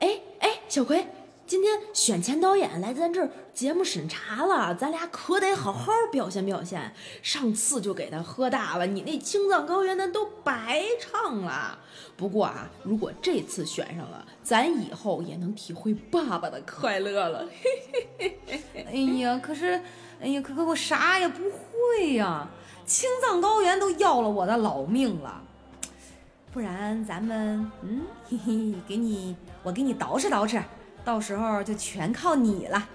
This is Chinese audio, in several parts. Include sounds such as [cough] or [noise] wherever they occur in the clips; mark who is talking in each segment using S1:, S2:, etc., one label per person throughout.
S1: 哎小葵，今天选前导演来咱这儿节目审查了，咱俩可得好好表现表现。上次就给他喝大了，你那青藏高原咱都白唱了。不过啊，如果这次选上了，咱以后也能体会爸爸的快乐了。
S2: 哎呀，可是，哎呀，可可我啥也不会呀、青藏高原都要了我的老命了。不然咱们，嗯，嘿嘿，给你，我给你捯饬捯饬，到时候就全靠你了。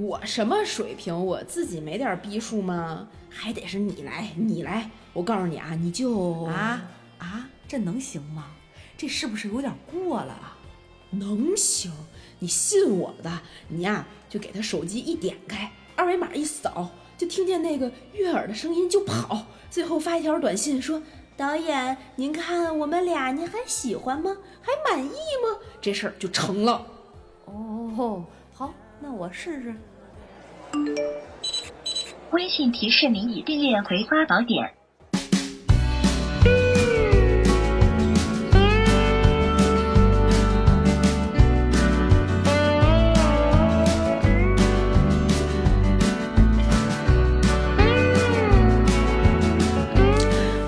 S1: 我什么水平？我自己没点逼数吗？还得是你来，你来。我告诉你啊，你就
S2: 啊啊，这能行吗？这是不是有点过了啊？
S1: 能行，你信我的，你呀、就给他手机一点开，二维码一扫，就听见那个悦耳的声音就跑，最后发一条短信说：“导演，您看我们俩，您还喜欢吗？还满意吗？”这事儿就成了。
S2: 哦，好，那我试试。
S3: 微信提示您已订阅《葵花宝典》。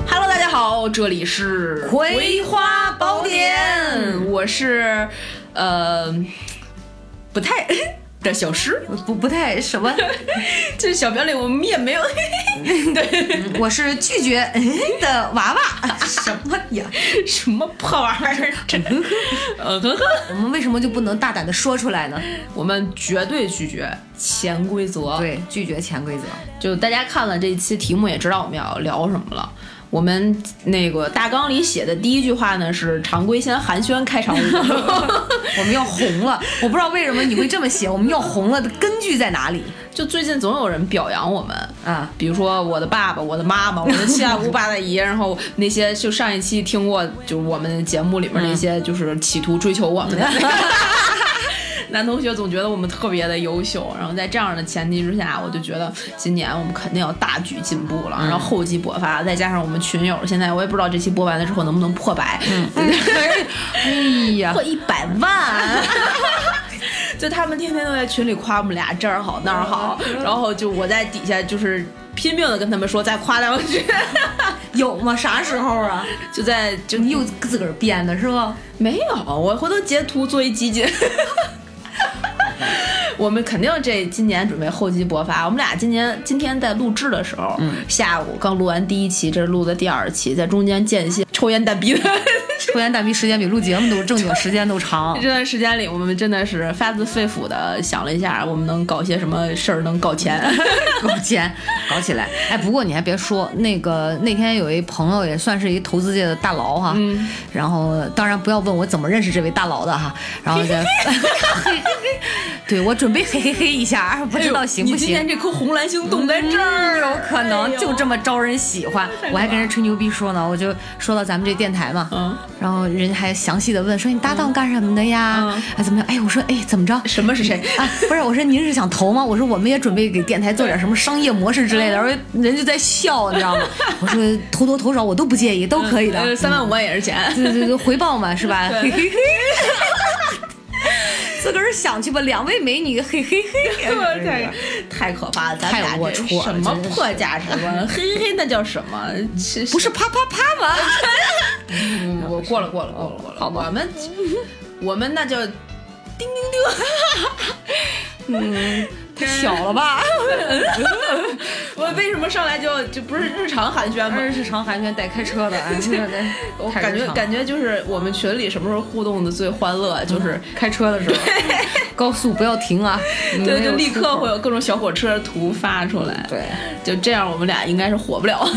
S1: Hello，大家好，这里是
S2: 葵
S1: 花
S2: 宝典
S1: 我是呃不太 [laughs] 的小诗，
S2: 呃不不太什 [laughs] 么，
S1: 这小表里我们也没有。
S2: 嗯我是拒绝嗯的娃 [laughs] 娃。什么呀？
S1: 什么破玩意儿？这，呃呵呵，
S2: 我们为什么就不能大胆的说出来呢？
S1: 我们绝对拒绝潜规则。，
S2: 对，拒绝潜规则。
S1: 就大家看了这一期题目也知道我们要聊什么了。我们那个大纲里写的第一句话呢是“常规先寒暄开场舞
S2: 我们要红了，我不知道为什么你会这么写。我们要红了的根据在哪里”，
S1: [laughs] 就最近总有人表扬我们。
S2: 啊？
S1: 比如说我的爸爸、我的妈妈、我的七大姑八大姨，然后那些就上一期听过，就是我们节目里面那些就是企图追求我们 [laughs] 的男同学，总觉得我们特别的优秀。然后在这样的前提之下，我就觉得今年我们肯定要大举进步了，然后厚积薄发。再加上我们群友，现在我也不知道这期播完了之后能不能破百， [laughs]
S2: 哎呀，
S1: 嗯破一百万。就他们天天都在群里夸我们俩这儿好那儿好，
S2: 嗯
S1: 然后就我在底下就是拼命的跟他们说再夸两句， [laughs]
S2: 有吗？啥时候啊？
S1: 就在就
S2: 你又自个儿编的是吧？
S1: 没有，我回头截图做一集锦。 [laughs] 我们肯定这今年准备厚积薄发。我们俩今年今天在录制的时候，
S2: 嗯
S1: 下午刚录完第一期，这是录的第二期，在中间间歇抽烟蛋逼的
S2: 抽烟蛋逼时间比录节目都正经时间都 [laughs] 长。
S1: [laughs] 这段时间里，我们真的是发自肺腑的想了一下，我们能搞些什么事儿能搞钱。
S2: [laughs] 搞钱，搞起来！哎，不过你还别说，那个那天有一朋友也算是一投资界的大佬哈，然后当然不要问我怎么认识这位大佬的哈，然 [laughs] 后再，对我准备嘿嘿嘿一下，不知道行不
S1: 你今
S2: 行
S1: 天。这颗红蓝星冻在这儿，
S2: 有可能就这
S1: 么。
S2: 么招人喜
S1: 哎
S2: 欢，我还跟人吹牛逼说呢，我就说到咱们这电台嘛，
S1: 嗯
S2: 然后人家还详细的问说你搭档干什么的呀？
S1: 嗯
S2: 哎怎么样？哎我说哎怎么着？
S1: 什么是谁？
S2: 啊，不是，我说您是想投吗？我说我们也准备给电台做点什么商业模式之类的，
S1: 嗯
S2: 然后人就在笑，你知道吗？我说投多投少我都不介意，都可以的。嗯
S1: 呃三万五万也是 [laughs] 钱。
S2: 对对对，回报嘛是吧？
S1: 对
S2: 嘿嘿嘿。 [laughs] 自个儿想去吧，两位美女，嘿嘿嘿。
S1: 太太可怕了，咱
S2: 太
S1: 俩
S2: 龌
S1: 这
S2: 龊了
S1: 什么
S2: 真是
S1: 破价值
S2: [laughs]
S1: 观？嘿嘿嘿，那叫什么？是
S2: 不是啪啪啪吗？
S1: 嗯我过了，过了，过了，过了。我们我们那叫叮叮叮。嗯，太
S2: 小。了吧？
S1: [laughs] 我为什么上来就就不是日常寒暄吗？
S2: 是长寒暄带开
S1: [laughs]
S2: 车的，哎，
S1: 我
S2: 嗯太
S1: 感
S2: 日
S1: 觉
S2: 常嗯
S1: 感觉就是我们群里什么时候互动的最欢乐，就是
S2: 开车的
S1: [laughs]
S2: 时候，高速不要停啊！
S1: 对，
S2: 没有
S1: 就立
S2: 出
S1: 刻
S2: 口
S1: 会有各种小火车图发出来。
S2: 对。
S1: 就这样，我们俩应该是火不
S2: [laughs]
S1: 了。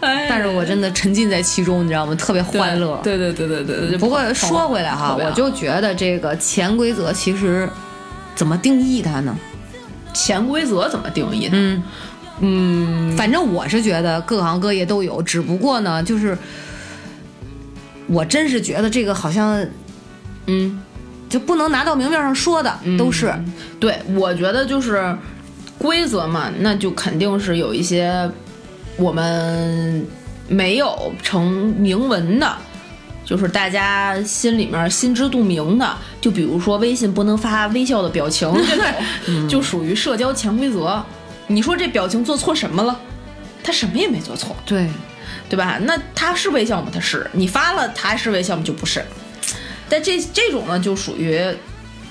S1: 哎
S2: 但是我真的沉浸在其中，你知道吗？特别
S1: 对
S2: 欢乐。
S1: 对对对对对对。
S2: 不过说回来哈，
S1: 特别好
S2: 我就觉得这个潜规则其实怎么定义它呢？
S1: 潜规则怎么定义？
S2: 嗯，
S1: 嗯，
S2: 反正我是觉得各行各业都有，只不过呢，就是我真是觉得这个好像，
S1: 嗯，
S2: 就不能拿到明面上说的，都是
S1: 对，我觉得就是规则嘛，那就肯定是有一些我们没有成明文的。就是大家心里面心知肚明的，就比如说微信不能发微笑的表
S2: [laughs]
S1: 情，这种
S2: 嗯
S1: 就属于社交潜规则。你说这表情做错什么了？他什么也没做错，
S2: 对，
S1: 对吧？那他是微笑吗？他是。你发了，他还是微笑吗？就不是。但这这种呢，就属于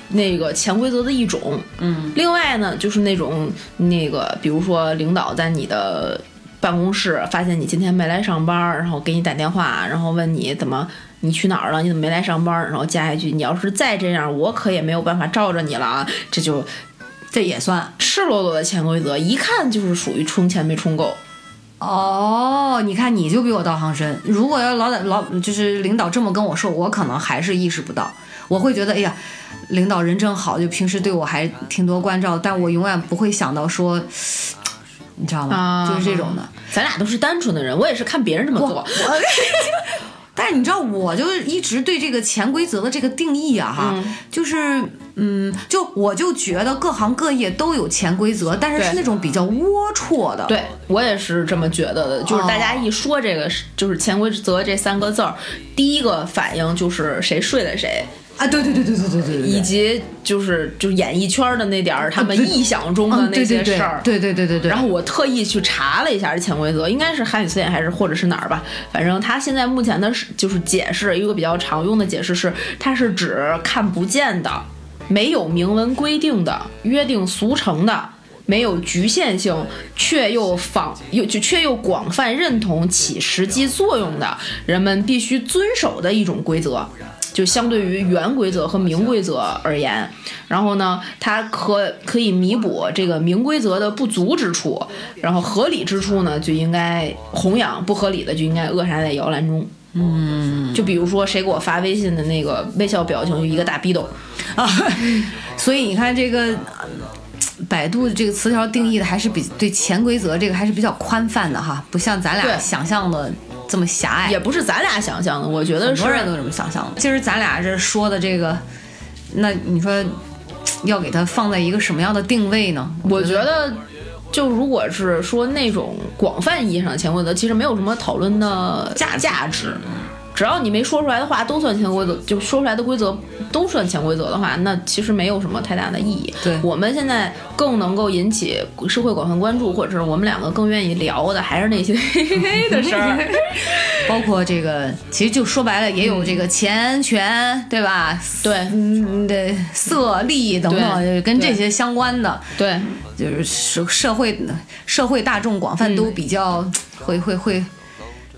S1: 那个潜规则的一种。
S2: 嗯，
S1: 另外呢，就是那种那个，比如说领导在你的办公室发现你今天没来上班儿，然后给你打电话，然后问你怎么你去哪儿了，你怎么没来上班儿，然后加一句你要是再这样，我可也没有办法罩着你了啊！这就
S2: 这也算
S1: 赤裸裸的潜规则，一看就是属于充钱没充够。
S2: 哦。你看，你就比我道行深。如果要老板老就是领导这么跟我说，我可能还是意识不到，我会觉得哎呀，领导人真好，就平时对我还挺多关照，但我永远不会想到说，你知道吗？
S1: 啊
S2: 就是这种的。
S1: 咱俩都是单纯的人，我也是看别人这么做。
S2: [laughs] 但是你知道，我就是一直对这个潜规则的这个定义啊，哈，就是嗯，就我就觉得各行各业都有潜规则，但是
S1: 对
S2: 是那种比较龌龊的。
S1: 对我也是这么觉得的，就是大家一说这个是，就是潜规则这三个字儿，第一个反应就是谁睡了谁，
S2: 啊，对对对对对对对对，
S1: 以及就是就演艺圈的那点儿他们臆想中的
S2: 嗯，
S1: 那
S2: 对
S1: 些
S2: 对对
S1: 事儿。
S2: 对对对对对。
S1: 然后我特意去查了一下这潜规则，应该是汉语词典还是或者是哪儿吧，反正它现在目前的是就是解释一个比较常用的解释是，它是指看不见的、没有明文规定的、约定俗成的。没有局限性，却又仿又就却又广泛认同起实际作用的人们必须遵守的一种规则，就相对于原规则和明规则而言，然后呢，它可可以弥补这个明规则的不足之处，然后合理之处呢就应该弘扬，不合理的就应该扼杀在摇篮中。嗯，就比如说谁给我发微信的那个微笑表情，就一个大逼斗，
S2: 啊，所以你看这个。呃百度这个词条定义的还是比对潜规则这个还是比较宽泛的哈，不像咱俩
S1: 对
S2: 想象的这么狭隘。
S1: 也不是咱俩想象的，我觉得
S2: 很
S1: 是
S2: 多人都这么想象的。今儿咱俩这说的这个，那你说要给它放在一个什么样的定位呢？
S1: 我觉得，就如果是说那种广泛意义上的潜规则，其实没有什么讨论的价价值。只要你没说出来的话，都算潜规则，就说出来的规则都算潜规则的话，那其实没有什么太大的意义。
S2: 对
S1: 我们现在更能够引起社会广泛关注，或者是我们两个更愿意聊的，还是那些 [laughs] 嘿嘿嘿的事 [laughs] 儿。
S2: 包括这个，其实就说白了，也有这个钱权，对吧？
S1: 对
S2: 嗯，对，色利等等，
S1: 对
S2: 就是跟这些相关的，
S1: 对，
S2: 就是社社会社会大众广泛都比较
S1: 嗯
S2: 会会会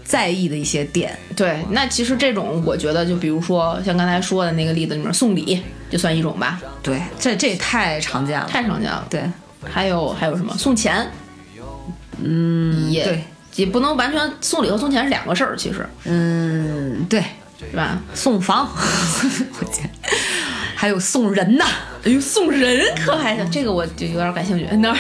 S2: 在意的一些点。
S1: 对，那其实这种我觉得，就比如说像刚才说的那个例子里面，送礼就算一种吧，
S2: 对，这这也太常见了。
S1: 太常见了。
S2: 对
S1: 还有还有什么送钱？嗯，也
S2: 对，
S1: 也不能完全送礼和送钱是两个事儿，其实
S2: 嗯，对，
S1: 是吧？
S2: 送房， [laughs] 我天，还有送人呐。
S1: 哎呦，送人可还行，这个我就有点感兴趣。那儿，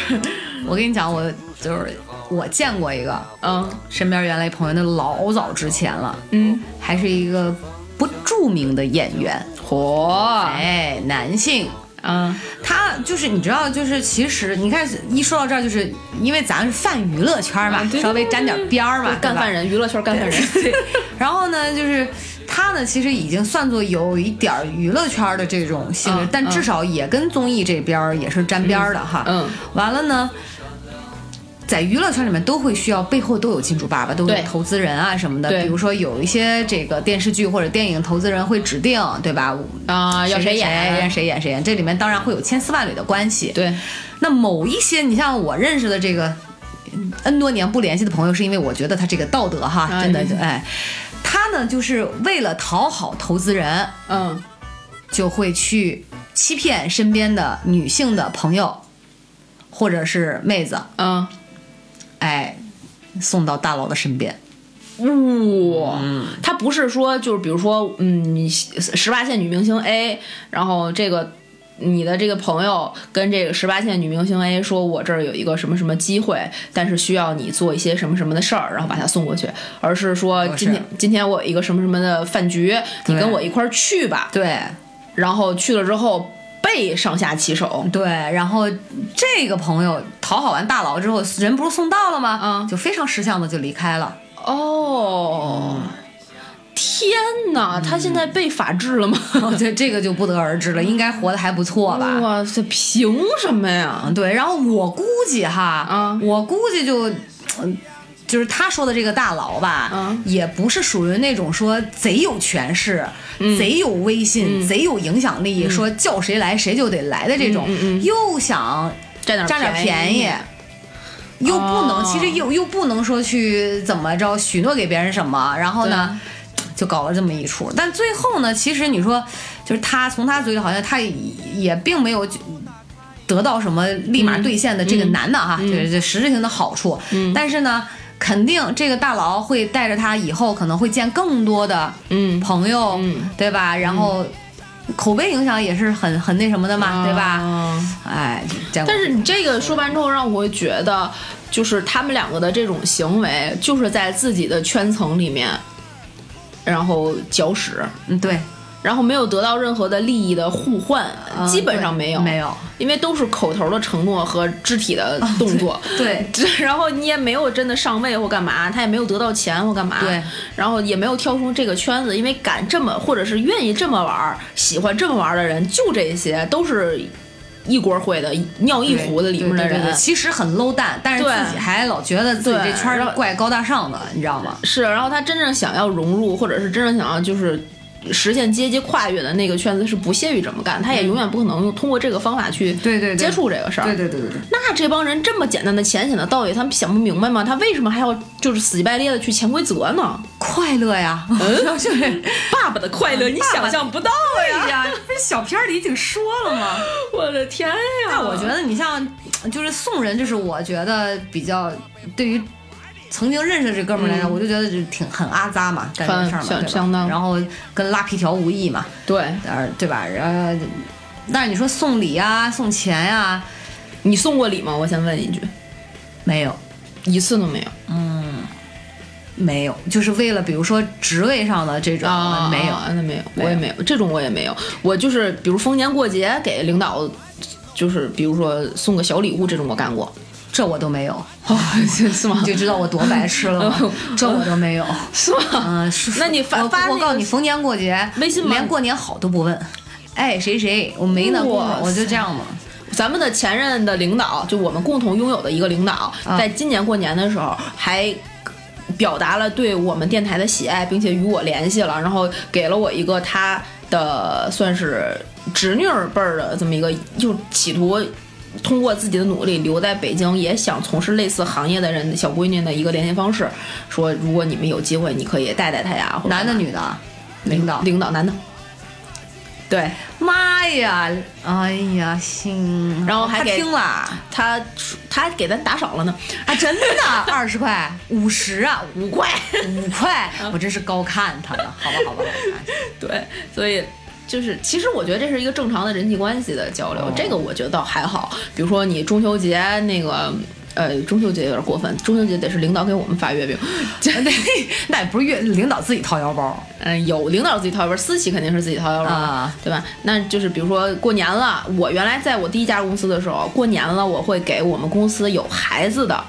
S2: 我跟你讲，我就是我见过一个
S1: [laughs] 嗯
S2: 身边原来朋友，那老早之前了，
S1: 嗯，
S2: 还是一个不著名的演员，
S1: 嚯，
S2: 哎，男性。
S1: 嗯，
S2: 他就是你知道，就是其实你看一说到这儿，就是因为咱是泛娱乐圈嘛，
S1: 啊对
S2: 稍微沾点边儿嘛，
S1: 干
S2: 对吧
S1: 饭人，娱乐圈干饭人，
S2: 对，然后呢，就是他呢，其实已经算作有一点儿娱乐圈的这种性质，
S1: 嗯
S2: 但至少也跟综艺这边儿也是沾边儿的哈。
S1: 嗯嗯
S2: 完了呢。在娱乐圈里面都会需要背后都有金主爸爸，都会有
S1: 对
S2: 投资人啊什么的。
S1: 对
S2: 比如说有一些这个电视剧或者电影投资人会指定，对吧？
S1: [laughs] 啊，要
S2: 谁
S1: 演
S2: 让？谁演谁演，这里面当然会有千丝万缕的关系。
S1: 对，
S2: 那某一些，你像我认识的这个嗯 N 多年不联系的朋友，是因为我觉得他这个道德哈，
S1: 哎
S2: 真的就哎，他呢就是为了讨好投资人，
S1: 嗯，
S2: 就会去欺骗身边的女性的朋友或者是妹子，
S1: 嗯，
S2: 哎，送到大佬的身边。
S1: 哇、他不是说就是比如说，嗯，你十八线女明星 A，然后这个你的这个朋友跟这个十八线女明星 A 说，我这儿有一个什么什么机会，但是需要你做一些什么什么的事儿，然后把她送过去，而是说
S2: 不是
S1: 今天今天我有一个什么什么的饭局，你跟我一块儿去吧，
S2: 对
S1: 然后去了之后被上下其手，
S2: 对，然后这个朋友讨好完大佬之后，人不是送到了吗？ [laughs]
S1: 嗯
S2: 就非常识相的就离开了。
S1: 哦。天哪，他现在被法治了吗？
S2: 哦，对，这个就不得而知了，应该活得还不错吧？
S1: 哇塞，凭什么呀？
S2: 对，然后我估计哈，
S1: 啊
S2: 我估计就，嗯就是他说的这个大佬吧，
S1: 啊
S2: 也不是属于那种说贼有权势、贼有威信、贼有影响力，说叫谁来谁就得来的这种，又想
S1: 占点哦
S2: 占点便宜。又不能，其实又又不能说去怎么着许诺给别人什么，然后呢，就搞了这么一出。但最后呢，其实你说，就是他从他嘴里好像他也也并没有就得到什么立
S1: 嗯
S2: 马兑现的这个男的哈，就是这实质性的好处。但是呢，肯定这个大佬会带着他以后可能会见更多的
S1: 嗯，
S2: 朋友，
S1: 嗯
S2: 对吧？然后口碑影响也是很很那什么的嘛，对吧？
S1: 啊
S2: 哎，这样
S1: 但是你这个说完之后，让我觉得，就是他们两个的这种行为，就是在自己的圈层里面，然后搅屎，
S2: 嗯对，
S1: 然后没有得到任何的利益的互换，
S2: 嗯
S1: 基本上
S2: 对
S1: 没有，
S2: 没有。
S1: 因为都是口头的承诺和肢体的动作。
S2: 对，
S1: 然后你也没有真的上位或干嘛，他也没有得到钱或干嘛，
S2: 对，
S1: 然后也没有跳出这个圈子，因为敢这么或者是愿意这么玩儿、喜欢这么玩儿的人，就这些，都是一锅烩的尿一壶的里面的
S2: 对对对对
S1: 人
S2: 对。其实很 low 蛋，但是
S1: 对
S2: 自己还老觉得自己
S1: 对
S2: 这圈
S1: 然后
S2: 儿怪高大上的，你知道吗？
S1: 是，然后他真正想要融入，或者是真正想要就是实现阶级跨越的那个圈子，是不屑于这么干，他也永远不可能用通过这个方法去
S2: 对对对
S1: 接触这个事儿。
S2: 对对对对对，
S1: 那这帮人这么简单的浅显的道理，他们想不明白吗？他为什么还要就是死乞白咧的去潜规则呢？
S2: 快乐呀，
S1: 嗯
S2: [laughs] 就是哎
S1: 爸爸的快乐，你想象不到
S2: [laughs]
S1: 呀！
S2: 呀，不是小片儿里已经说了吗？
S1: [laughs] 我的天呀！
S2: 但我觉得你像就是宋人，这是我觉得比较对于。曾经认识这哥们儿来着，
S1: 嗯
S2: 我就觉得就挺很阿扎嘛，干这事儿嘛，
S1: 相
S2: 对吧
S1: 相当
S2: 然后跟拉皮条无异嘛，
S1: 对
S2: 呃，对吧？然后，但是你说送礼啊、送钱呀、
S1: 你送过礼吗？我先问一句，
S2: 没有，
S1: 一次都没有。
S2: 没有，就是为了比如说职位上的这种、没有，
S1: 那啊没有，
S2: 没有
S1: 我也没有这种，我也没有。我就是比如逢年过节给领导，就是比如说送个小礼物这种，我干过。
S2: 这我都没有，
S1: 哦，是吗
S2: 你就知道我多白痴了吗这我都没有。
S1: [laughs] 是吗？
S2: 嗯，是
S1: 哦啊那你发
S2: 我
S1: 发那
S2: 我
S1: 个
S2: 告诉你，逢年过节
S1: 微信吗
S2: 连过年好都不问。哎，谁谁，我没那功
S1: 哇
S2: 夫，
S1: 塞
S2: 我就这样嘛。
S1: 咱们的前任的领导，就我们共同拥有的一个领导，
S2: 啊
S1: 在今年过年的时候还。表达了对我们电台的喜爱，并且与我联系了，然后给了我一个他的算是侄女儿辈儿的这么一个，就企图通过自己的努力留在北京，也想从事类似行业的人小闺女的一个联系方式，说如果你们有机会，你可以带带她呀，或者
S2: 男的女的，领导。
S1: 领导男的，对，
S2: 妈呀！哎呀，行。
S1: 然后还
S2: 他
S1: 给 [laughs]
S2: 听了啊，
S1: 他他给咱打赏了呢，
S2: 真的二十块、五十啊、
S1: 五块。嗯
S2: 五块，我真是高看他了，好吧，好吧。好吧 [laughs]
S1: 对，所以就是，其实我觉得这是一个正常的人际关系的交流，
S2: 哦
S1: 这个我觉得倒还好。比如说你中秋节那个。呃，中秋节有点过分，中秋节得是领导给我们发月饼，
S2: 那也不是越领导自己掏腰包
S1: 嗯，有领导自己掏腰包，私企肯定是自己掏腰包，
S2: 啊
S1: 对吧？那就是比如说过年了，我原来在我第一家公司的时候，过年了我会给我们公司有孩子的。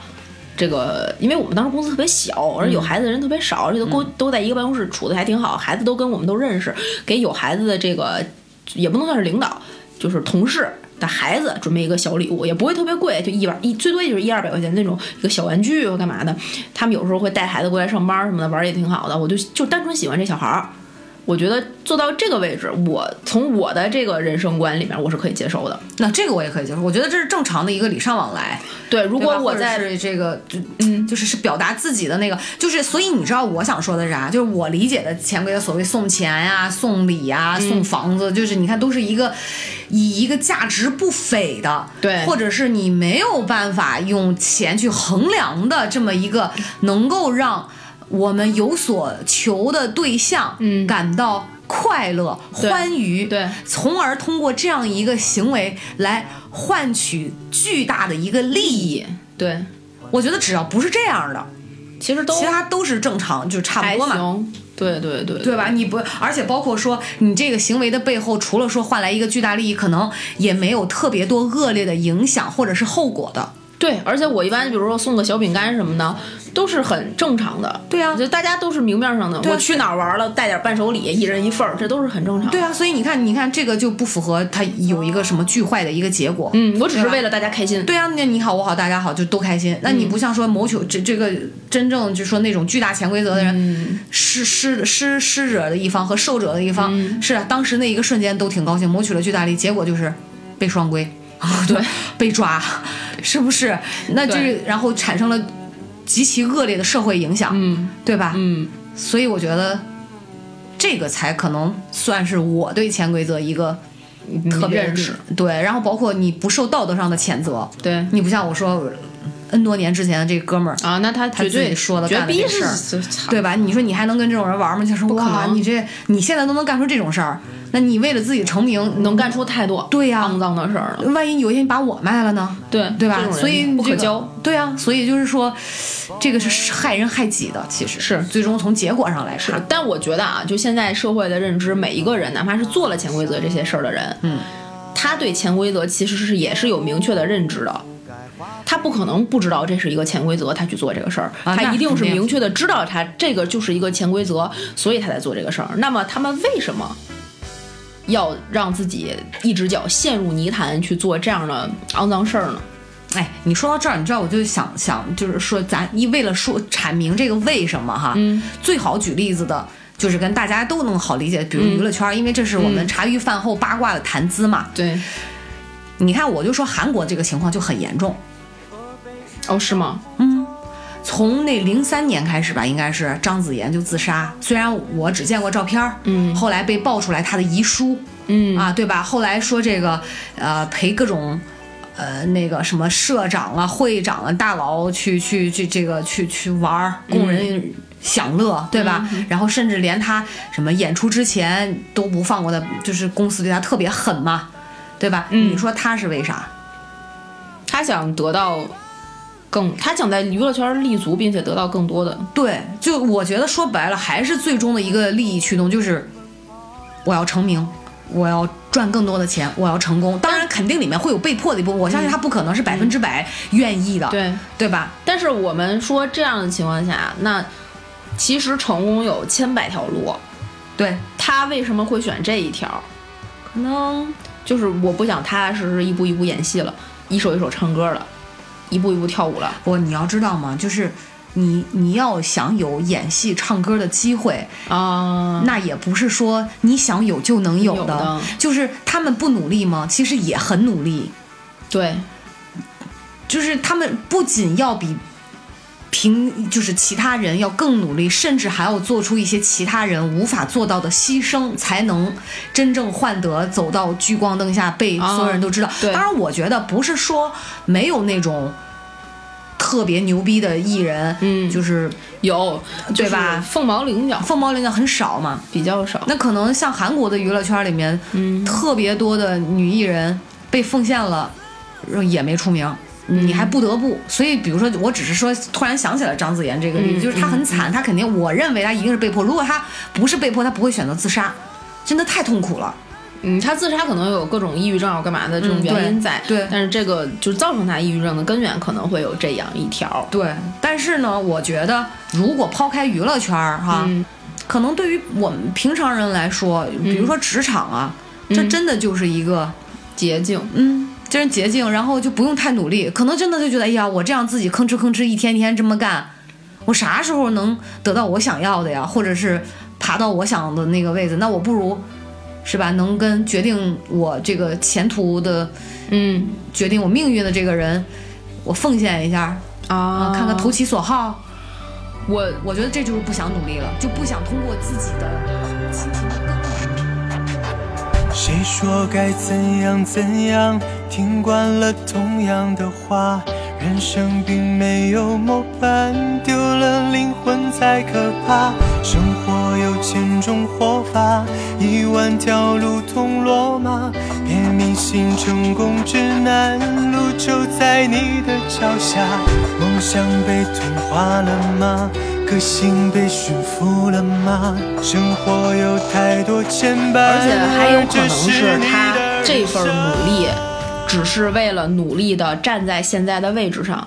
S1: 这个，因为我们当时公司特别小，而
S2: 嗯
S1: 有孩子的人特别少，而且都都都在一个办公室处的还挺好，孩子都跟我们都认识，给有孩子的这个也不能算是领导，就是同事的孩子准备一个小礼物，也不会特别贵，就一百一最多也就是一二百块钱那种一个小玩具或干嘛的。他们有时候会带孩子过来上班什么的，玩儿也挺好的。我就就单纯喜欢这小孩儿，我觉得做到这个位置，我从我的这个人生观里面，我是可以接受的。
S2: 那这个我也可以接受，我觉得这是正常的一个礼尚往来。
S1: 对，如
S2: 如
S1: 果我在
S2: 是这个，就嗯，就是是表达自己的那个，就是所以你知道我想说的是啥？就是我理解的潜规则，所谓送钱呀、送礼呀、
S1: 嗯
S2: 送房子，就是你看都是一个以一个价值不菲的，
S1: 对
S2: 或者是你没有办法用钱去衡量的这么一个能够让我们有所求的对象，
S1: 嗯
S2: 感到。快乐、
S1: 对
S2: 欢愉，
S1: 对
S2: 从而通过这样一个行为来换取巨大的一个利益。
S1: 对，
S2: 我觉得只要不是这样的，
S1: 其实都
S2: 其他都是正常，就是差
S1: 还
S2: 不多嘛。
S1: 行。对对对
S2: 对吧？？你不，而且包括说你这个行为的背后，除了说换来一个巨大利益，可能也没有特别多恶劣的影响或者是后果的。
S1: 对，而且我一般比如说送个小饼干什么的，都是很正常的。
S2: 对啊
S1: 就大家都是明面上的。
S2: 对啊
S1: 我去哪儿玩了，带点伴手礼，一人一份儿，这都是很正常。
S2: 对，啊，所以你看，你看这个就不符合它有一个什么巨坏的一个结果。
S1: 嗯，我只是
S2: 对吧
S1: 为了大家开心。
S2: 对啊，那你好，我好，大家好，就都开心。
S1: 嗯
S2: 那你不像说谋求这这个真正就说那种巨大潜规则的
S1: 嗯
S2: 人，施施施施者的一方和受者的一方，
S1: 嗯
S2: 是啊，当时那一个瞬间都挺高兴，谋取了巨大利益，结果就是被双规，啊 [laughs]
S1: 对，
S2: 被抓，是不是？那就是然后产生了极其恶劣的社会影响，
S1: 嗯
S2: 对吧？
S1: 嗯，
S2: 所以我觉得这个才可能算是我对潜规则一个特别的
S1: 认识。
S2: 对，然后包括你不受道德上的谴责，
S1: 对
S2: 你不像我说 N 多年之前的这个哥们儿。
S1: 啊，那他
S2: 他
S1: 绝
S2: 自己
S1: 对
S2: 说的
S1: 绝
S2: 干的
S1: 逼
S2: 这
S1: 是
S2: 事儿
S1: 就操
S2: 对吧？你说你还能跟这种人玩吗？就是
S1: 可
S2: 哇，
S1: 能
S2: 你这你现在都能干出这种事儿，那你为了自己成名，
S1: 能干出太多
S2: 对啊呀
S1: 肮脏的事儿了。
S2: 万一有一天你把我卖了呢？
S1: 对
S2: 对
S1: 这
S2: 吧？
S1: 种人
S2: 所以
S1: 不可
S2: 这个
S1: 交。。
S2: 对啊，所以就是说，这个是害人害己的，其实
S1: 是
S2: 最终从结果上来看，
S1: 但我觉得啊，就现在社会的认知，每一个人，哪怕是做了潜规则这些事儿的人，嗯，他对潜规则其实是也是有明确的认知的。他不可能不知道这是一个潜规则，他去做这个事儿，
S2: 啊那
S1: 他一定是
S2: 肯定
S1: 明确的知道他这个就是一个潜规则，所以他才做这个事儿。那么他们为什么要让自己一只脚陷入泥潭去做这样的肮脏事儿呢？
S2: 哎，你说到这儿，你知道我就想想，就是说咱一为了说阐明这个为什么哈，
S1: 嗯
S2: 最好举例子的。就是跟大家都能好理解，
S1: 嗯
S2: 比如娱乐圈，因为这是我们茶余饭后八卦的谈资嘛。
S1: 对，
S2: 你看，我就说韩国这个情况就很严重，
S1: 哦，是吗？
S2: 从那零三年开始吧，应该是张子妍就自杀。虽然我只见过照片儿，
S1: 嗯
S2: 后来被爆出来她的遗书，
S1: 嗯
S2: 啊，对吧？后来说这个，呃，陪各种。呃，那个什么社长啊、会长啊、大佬去去去这个去去玩儿，
S1: 嗯
S2: 供人享乐，对吧？然后甚至连他什么演出之前都不放过的，就是公司对他特别狠嘛，对吧？
S1: 嗯
S2: 你说他是为啥？
S1: 他想得到更，他想在娱乐圈立足，并且得到更多的。
S2: 对，就我觉得说白了，还是最终的一个利益驱动，就是我要成名，我要赚更多的钱，我要成功。当然，肯定里面会有被迫的一部分，我相信他不可能是百分之百愿意的，
S1: 对，
S2: 对吧？
S1: 但是我们说这样的情况下，那其实成功有千百条路，
S2: 对，
S1: 他为什么会选这一条？
S2: 可能
S1: 就是我不想踏踏实实一步一步演戏了，一首一首唱歌了，一步一步跳舞了。
S2: 不，你要知道吗？就是你你要想有演戏、唱歌的机会，
S1: 啊、
S2: 那也不是说你想有就能有
S1: 有
S2: 的，
S1: 的
S2: 就是他们不努力吗？其实也很努力，
S1: 对，
S2: 就是他们不仅要比平就是其他人要更努力，甚至还要做出一些其他人无法做到的牺牲，才能真正换得走到聚光灯下被
S1: 啊
S2: 所有人都知道。
S1: 对
S2: 当然，我觉得不是说没有那种。特别牛逼的艺人，
S1: 嗯
S2: 就是
S1: 有，
S2: 对吧
S1: 就是凤毛麟角，
S2: 凤毛麟角很少嘛。
S1: 比较少。
S2: 那可能像韩国的娱乐圈里面，
S1: 嗯
S2: 特别多的女艺人被奉献了，然后也没出名。
S1: 嗯
S2: 你还不得不，所以比如说，我只是说，突然想起来张子妍这个例子，
S1: 嗯
S2: 就是她很惨，她肯定，我认为她一定是被迫。如果她不是被迫，她不会选择自杀，真的太痛苦了。
S1: 嗯，他自杀可能有各种抑郁症啊干嘛的这种
S2: 嗯
S1: 原因
S2: 对
S1: 在，
S2: 对
S1: 但是这个就是造成他抑郁症的根源可能会有这样一条。
S2: 对，但是呢，我觉得如果抛开娱乐圈儿哈，
S1: 嗯
S2: 可能对于我们平常人来说，比如说
S1: 嗯
S2: 职场啊，这真的就是一个
S1: 捷径，
S2: 嗯，这是捷径，然后就不用太努力，可能真的就觉得，哎呀，我这样自己吭哧吭哧一天天这么干，我啥时候能得到我想要的呀？或者是爬到我想的那个位置？那我不如，是吧？能跟决定我这个前途的、
S1: 嗯
S2: 决定我命运的这个人，我奉献一下
S1: 啊
S2: 啊，看看投其所好。
S1: 我
S2: 我觉得这就是不想努力了，就不想通过自己的辛勤的耕耘。
S4: 谁说该怎样怎样？听惯了同样的话，人生并没有模板，丢了灵魂才可怕。生活有千种活法，一万条路通罗马。别迷信成功指南，路就在你的脚下。梦想被同化了吗？个性被驯服了吗？生活有太多牵绊。
S1: 而且还有可能
S4: 是
S2: 哎
S1: 是他这份努力只是为了努力的站在现在的位置上，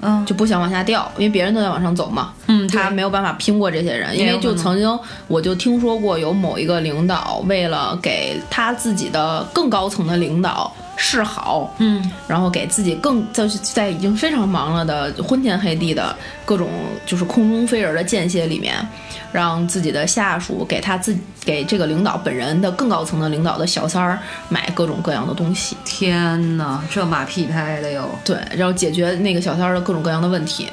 S2: 嗯
S1: 就不想往下掉，因为别人都在往上走嘛。
S2: 嗯
S1: 他
S2: 对
S1: 没有办法拼过这些人，因
S2: 也有
S1: 为
S2: 可
S1: 就
S2: 能
S1: 曾经我就听说过有某一个领导为了给他自己的更高层的领导示好，
S2: 嗯，
S1: 然后给自己更就是在已经非常忙了的昏天黑地的各种就是空中飞人的间歇里面，让自己的下属给他自给这个领导本人的更高层的领导的小三儿买各种各样的东西，
S2: 天哪，这马屁拍的哟！
S1: 对，然后解决那个小三儿的各种各样的问题。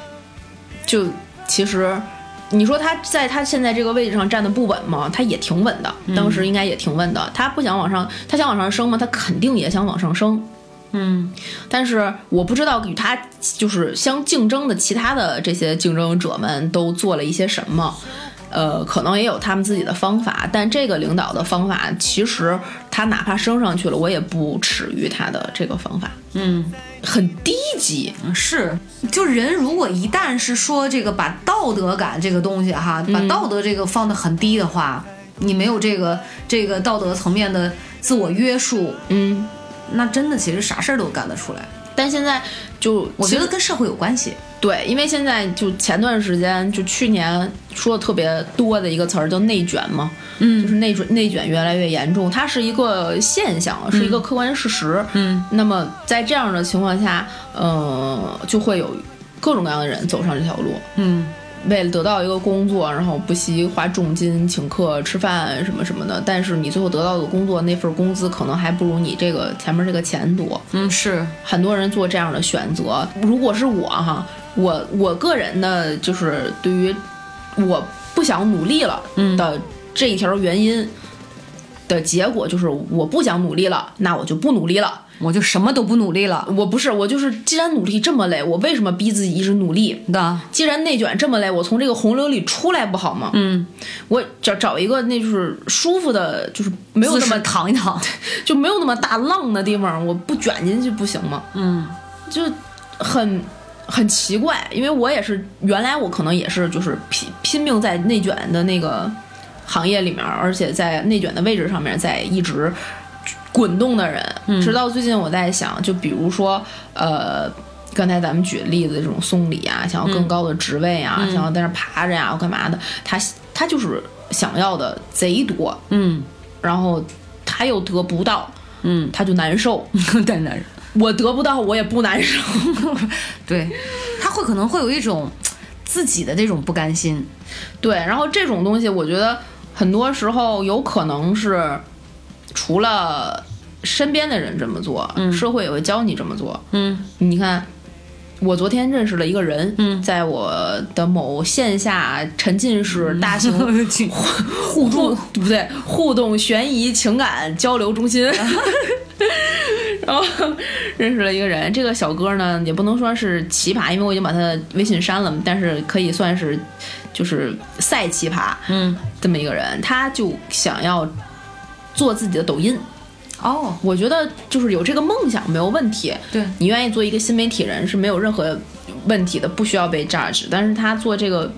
S1: 就其实，你说他在他现在这个位置上站的不稳吗？他也挺稳的，当时应该也挺稳的。他不想往上，他想往上升吗？他肯定也想往上升。
S2: 嗯，
S1: 但是我不知道与他就是相竞争的其他的这些竞争者们都做了一些什么，呃，可能也有他们自己的方法，但这个领导的方法，其实他哪怕升上去了，我也不耻于他的这个方法，
S2: 嗯，
S1: 很低级，
S2: 是，就人如果一旦是说这个把道德感这个东西哈，把道德这个放得很低的话，你没有这个这个道德层面的自我约束，
S1: 嗯。
S2: 那真的其实啥事儿都干得出来。
S1: 但现在就
S2: 我觉
S1: 其
S2: 得
S1: 实
S2: 跟社会有关系。
S1: 对，因为现在就前段时间就去年说的特别多的一个词儿叫内卷嘛，嗯，就是内卷内卷越来越严重，它是一个现象，是一个客观事实，嗯，那么在这样的情况下，呃，就会有各种各样的人走上这条路，
S2: 嗯，
S1: 为了得到一个工作，然后不惜花重金请客吃饭什么什么的，但是你最后得到的工作那份工资可能还不如你这个前面这个钱多，
S2: 嗯，是，
S1: 很多人做这样的选择。如果是我哈，我我个人的就是对于我不想努力了的这一条原因的结果，就是我不想努力了，那我就不努力了。
S2: 我就什么都不努力了
S1: 我不是我就是，既然努力这么累，我为什么逼自己一直努力？
S2: 的。
S1: 既然内卷这么累，我从这个洪流里出来不好吗？
S2: 嗯，
S1: 我找找一个那就是舒服的，就是没有那么
S2: 躺一躺，
S1: 就没有那么大浪的地方，我不卷进去不行吗？
S2: 嗯，
S1: 就很很奇怪，因为我也是原来我可能也是就是拼拼命在内卷的那个行业里面，而且在内卷的位置上面在一直滚动的人，直到最近我在想，就比如说呃。刚才咱们举例子，这种送礼啊，想要更高的职位啊，想要在那儿爬着呀、干嘛的，他他就是想要的贼多，
S2: 嗯
S1: 然后他又得不到，
S2: [laughs] 嗯，
S1: 他就难受。
S2: 在那儿。
S1: 我得不到，我也不难受。
S2: 对，他会可能会有一种自己的这种不甘心。
S1: 对，然后这种东西，我觉得很多时候有可能是除了身边的人这么做，社会也会教你这么做。
S2: 嗯 [laughs]
S1: 你看，我昨天认识了一个人，
S2: 嗯
S1: 在我的某线下沉浸式大型互助不对互动悬疑情感交流中心，然后认识了一个人。这个小哥呢，也不能说是奇葩，因为我已经把他的微信删了，但是可以算是就是赛奇葩
S2: 嗯，
S1: 这么一个人。他就想要做自己的抖音，
S2: 哦，
S1: 我觉得就是有这个梦想没有问题。
S2: 对，
S1: 你愿意做一个新媒体人是没有任何问题的，不需要被 judge。但是他做这个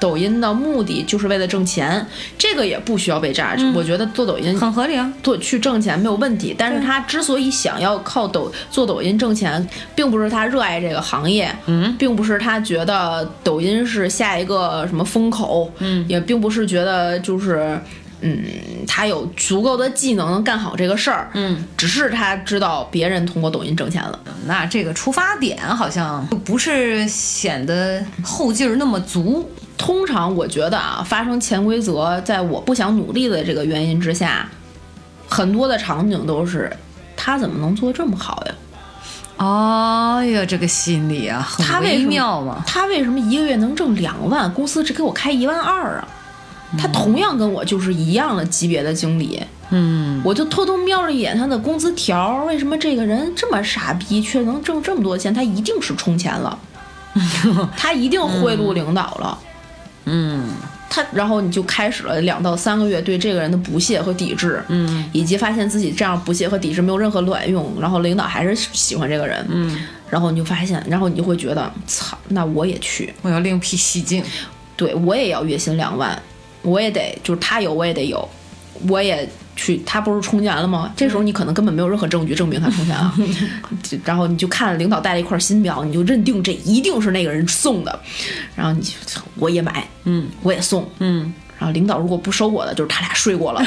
S1: 抖音的目的就是为了挣钱，这个也不需要被 judge、我
S2: 嗯
S1: 觉得做抖音
S2: 很合理啊。
S1: 做去挣钱没有问题，但是他之所以想要靠抖做抖音挣钱，并不是他热爱这个行业，
S2: 嗯，
S1: 并不是他觉得抖音是下一个什么风口，嗯，也并不是觉得就是。嗯，他有足够的技能干好这个事儿，
S2: 嗯，
S1: 只是他知道别人通过抖音挣钱了，
S2: 那这个出发点好像就不是显得后劲儿那么足。
S1: 通常我觉得啊，发生潜规则，在我不想努力的这个原因之下，很多的场景都是他怎么能做这么好呀？
S2: 哎呀，这个心理啊，
S1: 他
S2: 很
S1: 为
S2: 微
S1: 什么
S2: 妙啊嘛。
S1: 他为什么一个月能挣两万，公司只给我开一万二啊？他同样跟我就是一样的级别的经理，
S2: 嗯，
S1: 我就偷偷瞄了一眼他的工资条，为什么这个人这么傻逼，却能挣这么多钱？他一定是充钱
S2: [laughs]
S1: 了，他一定贿赂领导了。
S2: 嗯
S1: 他，然后你就开始了两到三个月对这个人的不屑和抵制，
S2: 嗯
S1: 以及发现自己这样不屑和抵制没有任何卵用，然后领导还是喜欢这个人，
S2: 嗯，
S1: 然后你就发现，然后你就会觉得，操，那我也去，
S2: 我要另辟蹊径。
S1: 对我也要月薪两万，我也得就是他有我也得有，我也去，他不是充钱了吗？这时候
S2: 嗯
S1: 你可能根本没有任何证据证明他充钱
S2: [laughs]
S1: 啊，就然后你就看领导带了一块新表，你就认定这一定是那个人送的，然后你就我也买，嗯，我也送，嗯，然后领导如果不收我的，就是他俩睡
S2: [laughs]
S1: 过了，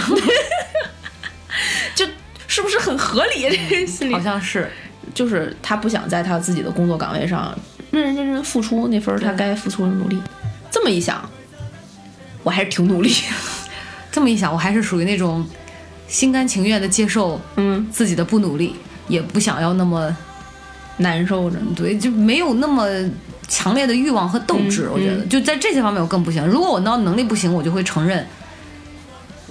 S1: [laughs] 就是不是很合理？这个心理
S2: 好像是，
S1: 就是他不想在他自己的工作岗位上认认真真付出那份儿他该付出的努力。这么一想，我还是挺
S2: [laughs]
S1: 努力。
S2: 这么一想，我还是属于那种心甘情愿的接受
S1: 嗯，
S2: 自己的不努力，也不想要那么
S1: 难受着。
S2: 对，就没有那么强烈的欲望和斗志。
S1: 嗯
S2: 我觉得、就在这些方面我更不行。如果我闹能力不行，我就会承认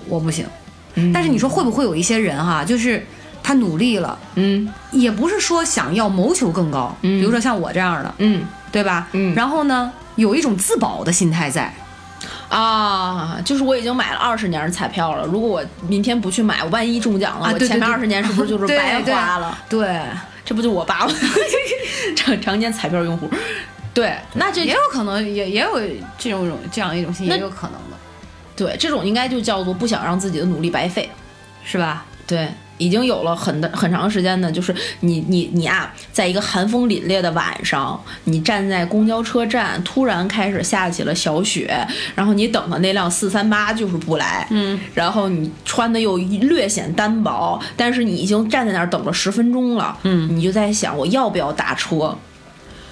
S2: 我不行。
S1: 嗯
S2: 但是你说会不会有一些人哈、就是他努力了，
S1: 嗯
S2: 也不是说想要谋求更高，
S1: 嗯
S2: 比如说像我这样的，
S1: 嗯
S2: 对吧？
S1: 嗯
S2: 然后呢，有一种自保的心态在，
S1: 啊，就是我已经买了二十年的彩票了，如果我明天不去买，万一中奖了，
S2: 啊
S1: 我
S2: 对对
S1: 前面
S2: 对
S1: 二十年是不是就是
S2: 对
S1: 白
S2: 对
S1: 花了？
S2: 对，
S1: 这不就我爸吗？ [laughs] 常常年彩票用户。对，那这
S2: 也有可能，也也有这种种这样一种心，
S1: 那
S2: 也有可能的，
S1: 对这种应该就叫做不想让自己的努力白费。
S2: 是吧？
S1: 对，已经有了很的很长时间的，就是你你你啊，在一个寒风凛冽的晚上，你站在公交车站，突然开始下起了小雪，然后你等的那辆四三八就是不来，嗯，然后你穿的又略显单薄，但是你已经站在那儿等了十分钟了，嗯，你就在想我要不要打车。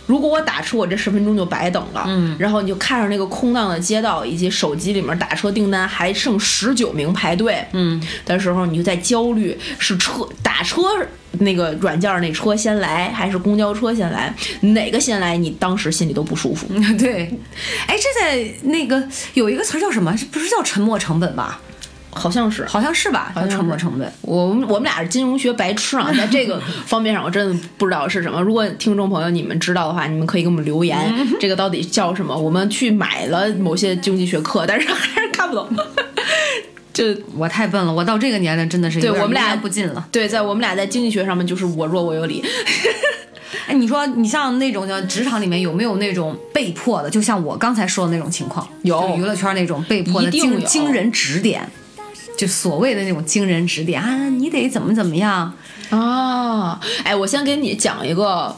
S1: 如果我打车，我这十分钟就白等了。嗯，然后你就看着那个空荡的街道，以及手机里面打车订单还剩十九名排队。嗯，的时候你就在焦虑，是车打车那个软件儿那车先来，还是公交车先来？哪个先来？你当时心里都不舒服。
S2: [laughs] 对，哎，这在那个有一个词儿叫什么？是不是叫沉没成本吧？
S1: 好像是，啊
S2: 好像是吧？
S1: 像
S2: 叫
S1: 是
S2: 沉没成本。
S1: 我们我们俩是金融学白痴啊，在这个方面上我真的不知道是什么。如果听众朋友你们知道的话，你们可以给我们留言，这个到底叫什么？我们去买了某些经济学课，但是还是看不懂。 [laughs] 就
S2: 我太笨了，我到这个年龄真的是有
S1: 对
S2: 点
S1: 我们
S2: 油
S1: 俩
S2: 盐不进了。
S1: 对，在我们俩在经济学上面就是我弱我有理，
S2: 哎，你说你像那种叫职场里面有没有那种被迫的？就像我刚才说的那种情况，
S1: 有
S2: 就娱乐圈那种被迫
S1: 一
S2: 的
S1: 定
S2: 经
S1: 有
S2: 经人指点，就所谓的那种经人指点啊，你得怎么怎么样。
S1: 啊，哎，我先给你讲一个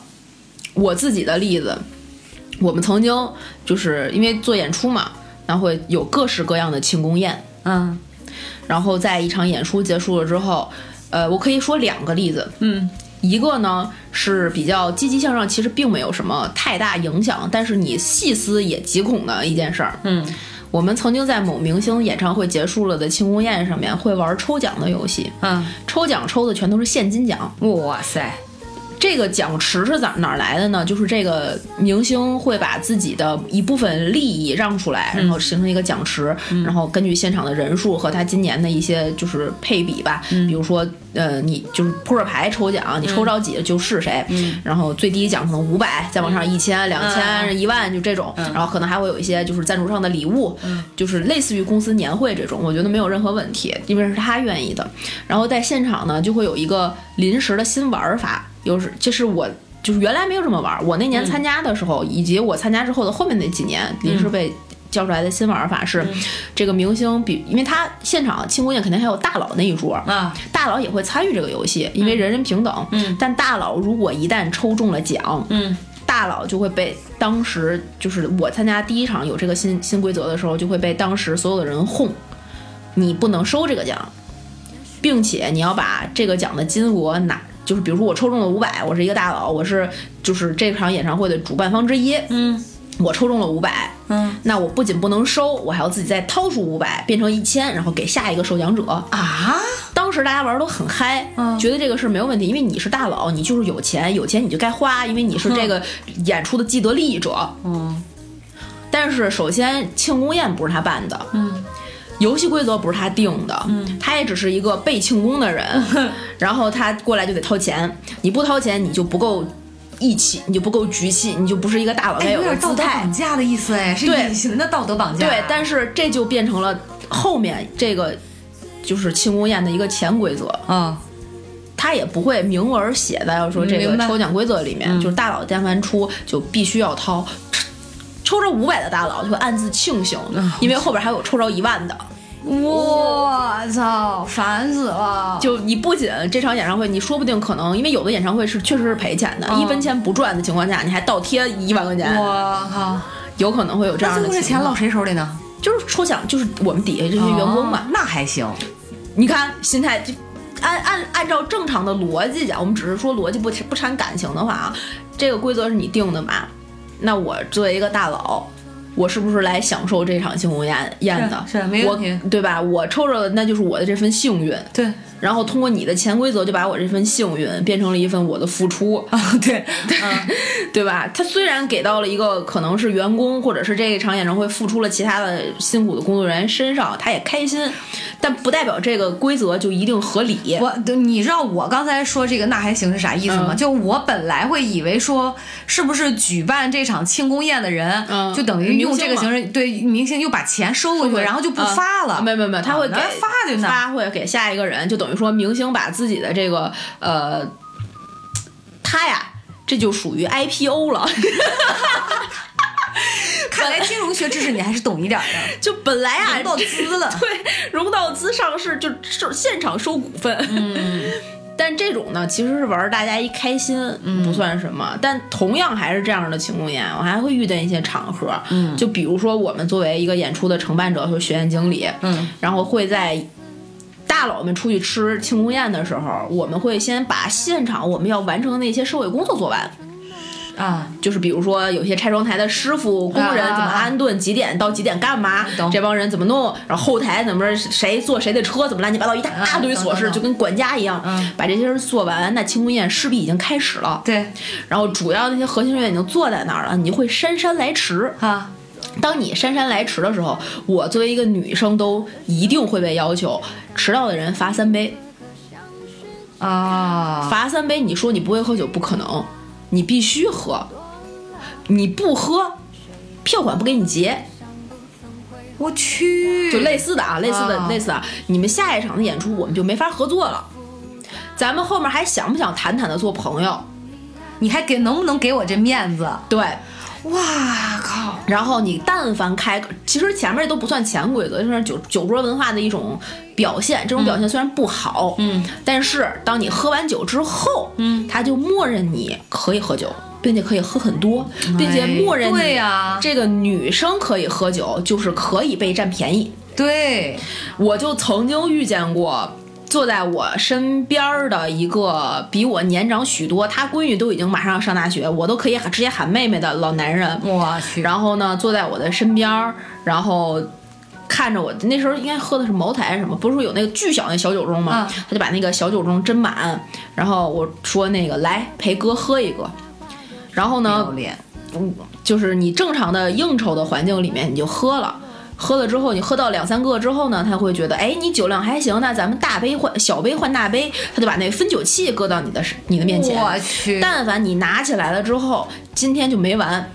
S1: 我自己的例子。我们曾经就是因为做演出嘛，然后会有各式各样的庆功宴。
S2: 嗯
S1: 然后在一场演出结束了之后，呃，我可以说两个例子。
S2: 嗯，
S1: 一个呢是比较积极向上，其实并没有什么太大影响，但是你细思也极恐的一件事儿。
S2: 嗯，
S1: 我们曾经在某明星演唱会结束了的庆功宴上面会玩抽奖的游戏，
S2: 嗯，
S1: 抽奖抽的全都是现金奖。
S2: 哇塞，
S1: 这个奖池是哪哪儿来的呢？就是这个明星会把自己的一部分利益让出来，然后形成一个奖池，然后根据现场的人数和他今年的一些就是配比吧，比如说呃，你就是扑克牌抽奖，你抽着几就是谁，然后最低奖可能五百，再往上一千、两千、一万就这种，然后可能还会有一些就是赞助商的礼物，就是类似于公司年会这种，我觉得没有任何问题，因为是他愿意的。然后在现场呢，就会有一个临时的新玩法，有时这是我。就是原来没有这么玩儿，我那年参加的时候，以及我参加之后的后面那几年，临时被叫出来的新玩法是，这个明星比，因为他现场庆功宴肯定还有大佬那一桌，
S2: 啊，
S1: 大佬也会参与这个游戏，因为人人平等。嗯，但大佬如果一旦抽中了奖，
S2: 嗯，
S1: 大佬就会被当时就是我参加第一场有这个新新规则的时候，就会被当时所有的人哄，你不能收这个奖，并且你要把这个奖的金额拿。就是比如说我抽中了五百，我是一个大佬，我是就是这场演唱会的主办方之一，
S2: 嗯
S1: 我抽中了五百，
S2: 嗯
S1: 那我不仅不能收，我还要自己再掏出五百变成一千，然后给下一个受奖者。
S2: 啊，
S1: 当时大家玩儿都很嗨，
S2: 嗯
S1: 觉得这个事儿没有问题，因为你是大佬，你就是有钱，有钱你就该花，因为你是这个演出的既得利益者。
S2: 嗯
S1: 但是首先，庆功宴不是他办的，
S2: 嗯，
S1: 游戏规则不是他定的，嗯，他也只是一个被庆功的
S2: [laughs]
S1: 人，然后他过来就得掏钱，你不掏钱你就不够义气，你就不够局气，你就不是一个大佬
S2: 哎，
S1: 该
S2: 有
S1: 有的
S2: 点道
S1: 姿
S2: 德
S1: 态。
S2: 绑架的意思哎，是
S1: 对
S2: 隐形的道德绑架。
S1: 对，但是这就变成了后面这个就是庆功宴的一个潜规则，
S2: 啊，
S1: 他也不会明文写在说这个
S2: 明白嗯
S1: 抽奖规则里面，就是大佬但凡出就必须要掏，
S2: 嗯
S1: 抽抽着五百的大佬就会暗自庆幸，因为后边还有抽着一万的。
S2: 我操，烦死了！
S1: 就你不仅这场演唱会，你说不定可能，因为有的演唱会是确实是赔钱的，
S2: 嗯
S1: 一分钱不赚的情况下，你还倒贴一万块钱，
S2: 我靠，
S1: 有可能会有这
S2: 那
S1: 样
S2: 最
S1: 的
S2: 后这
S1: 情
S2: 钱落
S1: 况。
S2: 谁手里呢？
S1: 就是抽奖，就是我们底下这些员工嘛
S2: 哦，那还行。
S1: 你看心态就按按按照正常的逻辑讲，我们只是说逻辑不不掺感情的话啊，这个规则是你定的嘛？那我作为一个大佬，我是不是来享受这场庆功宴宴的？
S2: 是是没问题
S1: 我对吧？我抽着的那就是我的这份幸运，
S2: 对，
S1: 然后通过你的潜规则就把我这份幸运变成了一份我的付出，嗯
S2: 啊对，
S1: 对吧？他虽然给到了一个可能是员工或者是这一场演唱会付出了其他的辛苦的工作人员身上，他也开心，但不代表这个规则就一定合理。
S2: 我对你知道我刚才说这个那还行是啥意思吗？
S1: 嗯
S2: 就我本来会以为说，是不是举办这场庆功宴的人，
S1: 嗯
S2: 就等于
S1: 明星
S2: 用这个
S1: 嘛
S2: 形式对明星又把钱收回去，
S1: 对
S2: 然后就不发了。
S1: 啊没有没有没有，他会给、
S2: 啊那发就那
S1: 发会给下一个人，就等于说明星把自己的这个呃，他呀，这就属于 IPO 了。 [laughs]
S2: 看来金融学知识你还是懂一点 [laughs] 的，
S1: 就本来啊，
S2: 融到资 [laughs] 了。
S1: 对， [laughs] 融到资上市就收现场收股份。 [laughs] 嗯但这种呢，其实是玩儿大家一开心，不算什么。但同样还是这样的庆功宴，我还会遇见一些场合，嗯、就比如说我们作为一个演出的承办者和学院经理，
S2: 嗯，
S1: 然后会在大佬们出去吃庆功宴的时候，我们会先把现场我们要完成的那些社会工作做完，
S2: 啊，
S1: 就是比如说有些拆装台的师傅、工人
S2: 啊
S1: 怎么安顿，几点到几点干嘛
S2: 嗯懂，
S1: 这帮人怎么弄，然后后台怎么谁坐谁的车，怎么乱七八糟一大堆琐事，
S2: 懂懂懂
S1: 就跟管家一样
S2: 嗯，
S1: 把这些事做完，那庆功宴势必已经开始了。
S2: 对
S1: 然后主要那些核心人员已经坐在那儿了，你会姗姗来迟。
S2: 啊，
S1: 当你姗姗来迟的时候，我作为一个女生都一定会被要求，迟到的人罚三杯。
S2: 啊，
S1: 罚三杯，你说你不会喝酒不可能，你必须喝，你不喝，票款不给你结，
S2: 我去，
S1: 就类似的啊，类似的、
S2: 啊
S1: 类似的啊，你们下一场的演出我们就没法合作了。咱们后面还想不想谈谈的做朋友？
S2: 你还给能不能给我这面子？
S1: 对，
S2: 哇靠！
S1: 然后你但凡开，其实前面这都不算潜规则，就是酒酒桌文化的一种表现。这种表现虽然不好，
S2: 嗯，
S1: 但是当你喝完酒之后，
S2: 嗯，
S1: 他就默认你可以喝酒，并且可以喝很多，并且默认你
S2: 哎对呀
S1: 这个女生可以喝酒，就是可以被占便宜。
S2: 对，
S1: 我就曾经遇见过。坐在我身边儿的一个比我年长许多，他闺女都已经马上要上大学，我都可以喊直接喊妹妹的老男人，
S2: 我去，
S1: 然后呢，坐在我的身边儿，然后看着我。那时候应该喝的是茅台还是什么，不是说有那个巨小那小酒盅吗？
S2: 嗯
S1: 他就把那个小酒盅斟满，然后我说那个来陪哥喝一个。然后
S2: 没有
S1: 呢，
S2: 脸，
S1: 就是你正常的应酬的环境里面，你就喝了。喝了之后，你喝到两三个之后呢，他会觉得，哎，你酒量还行，那咱们大杯换小杯换大杯，他就把那分酒器搁到你的你的面前。
S2: 我去，
S1: 但凡你拿起来了之后，今天就没完。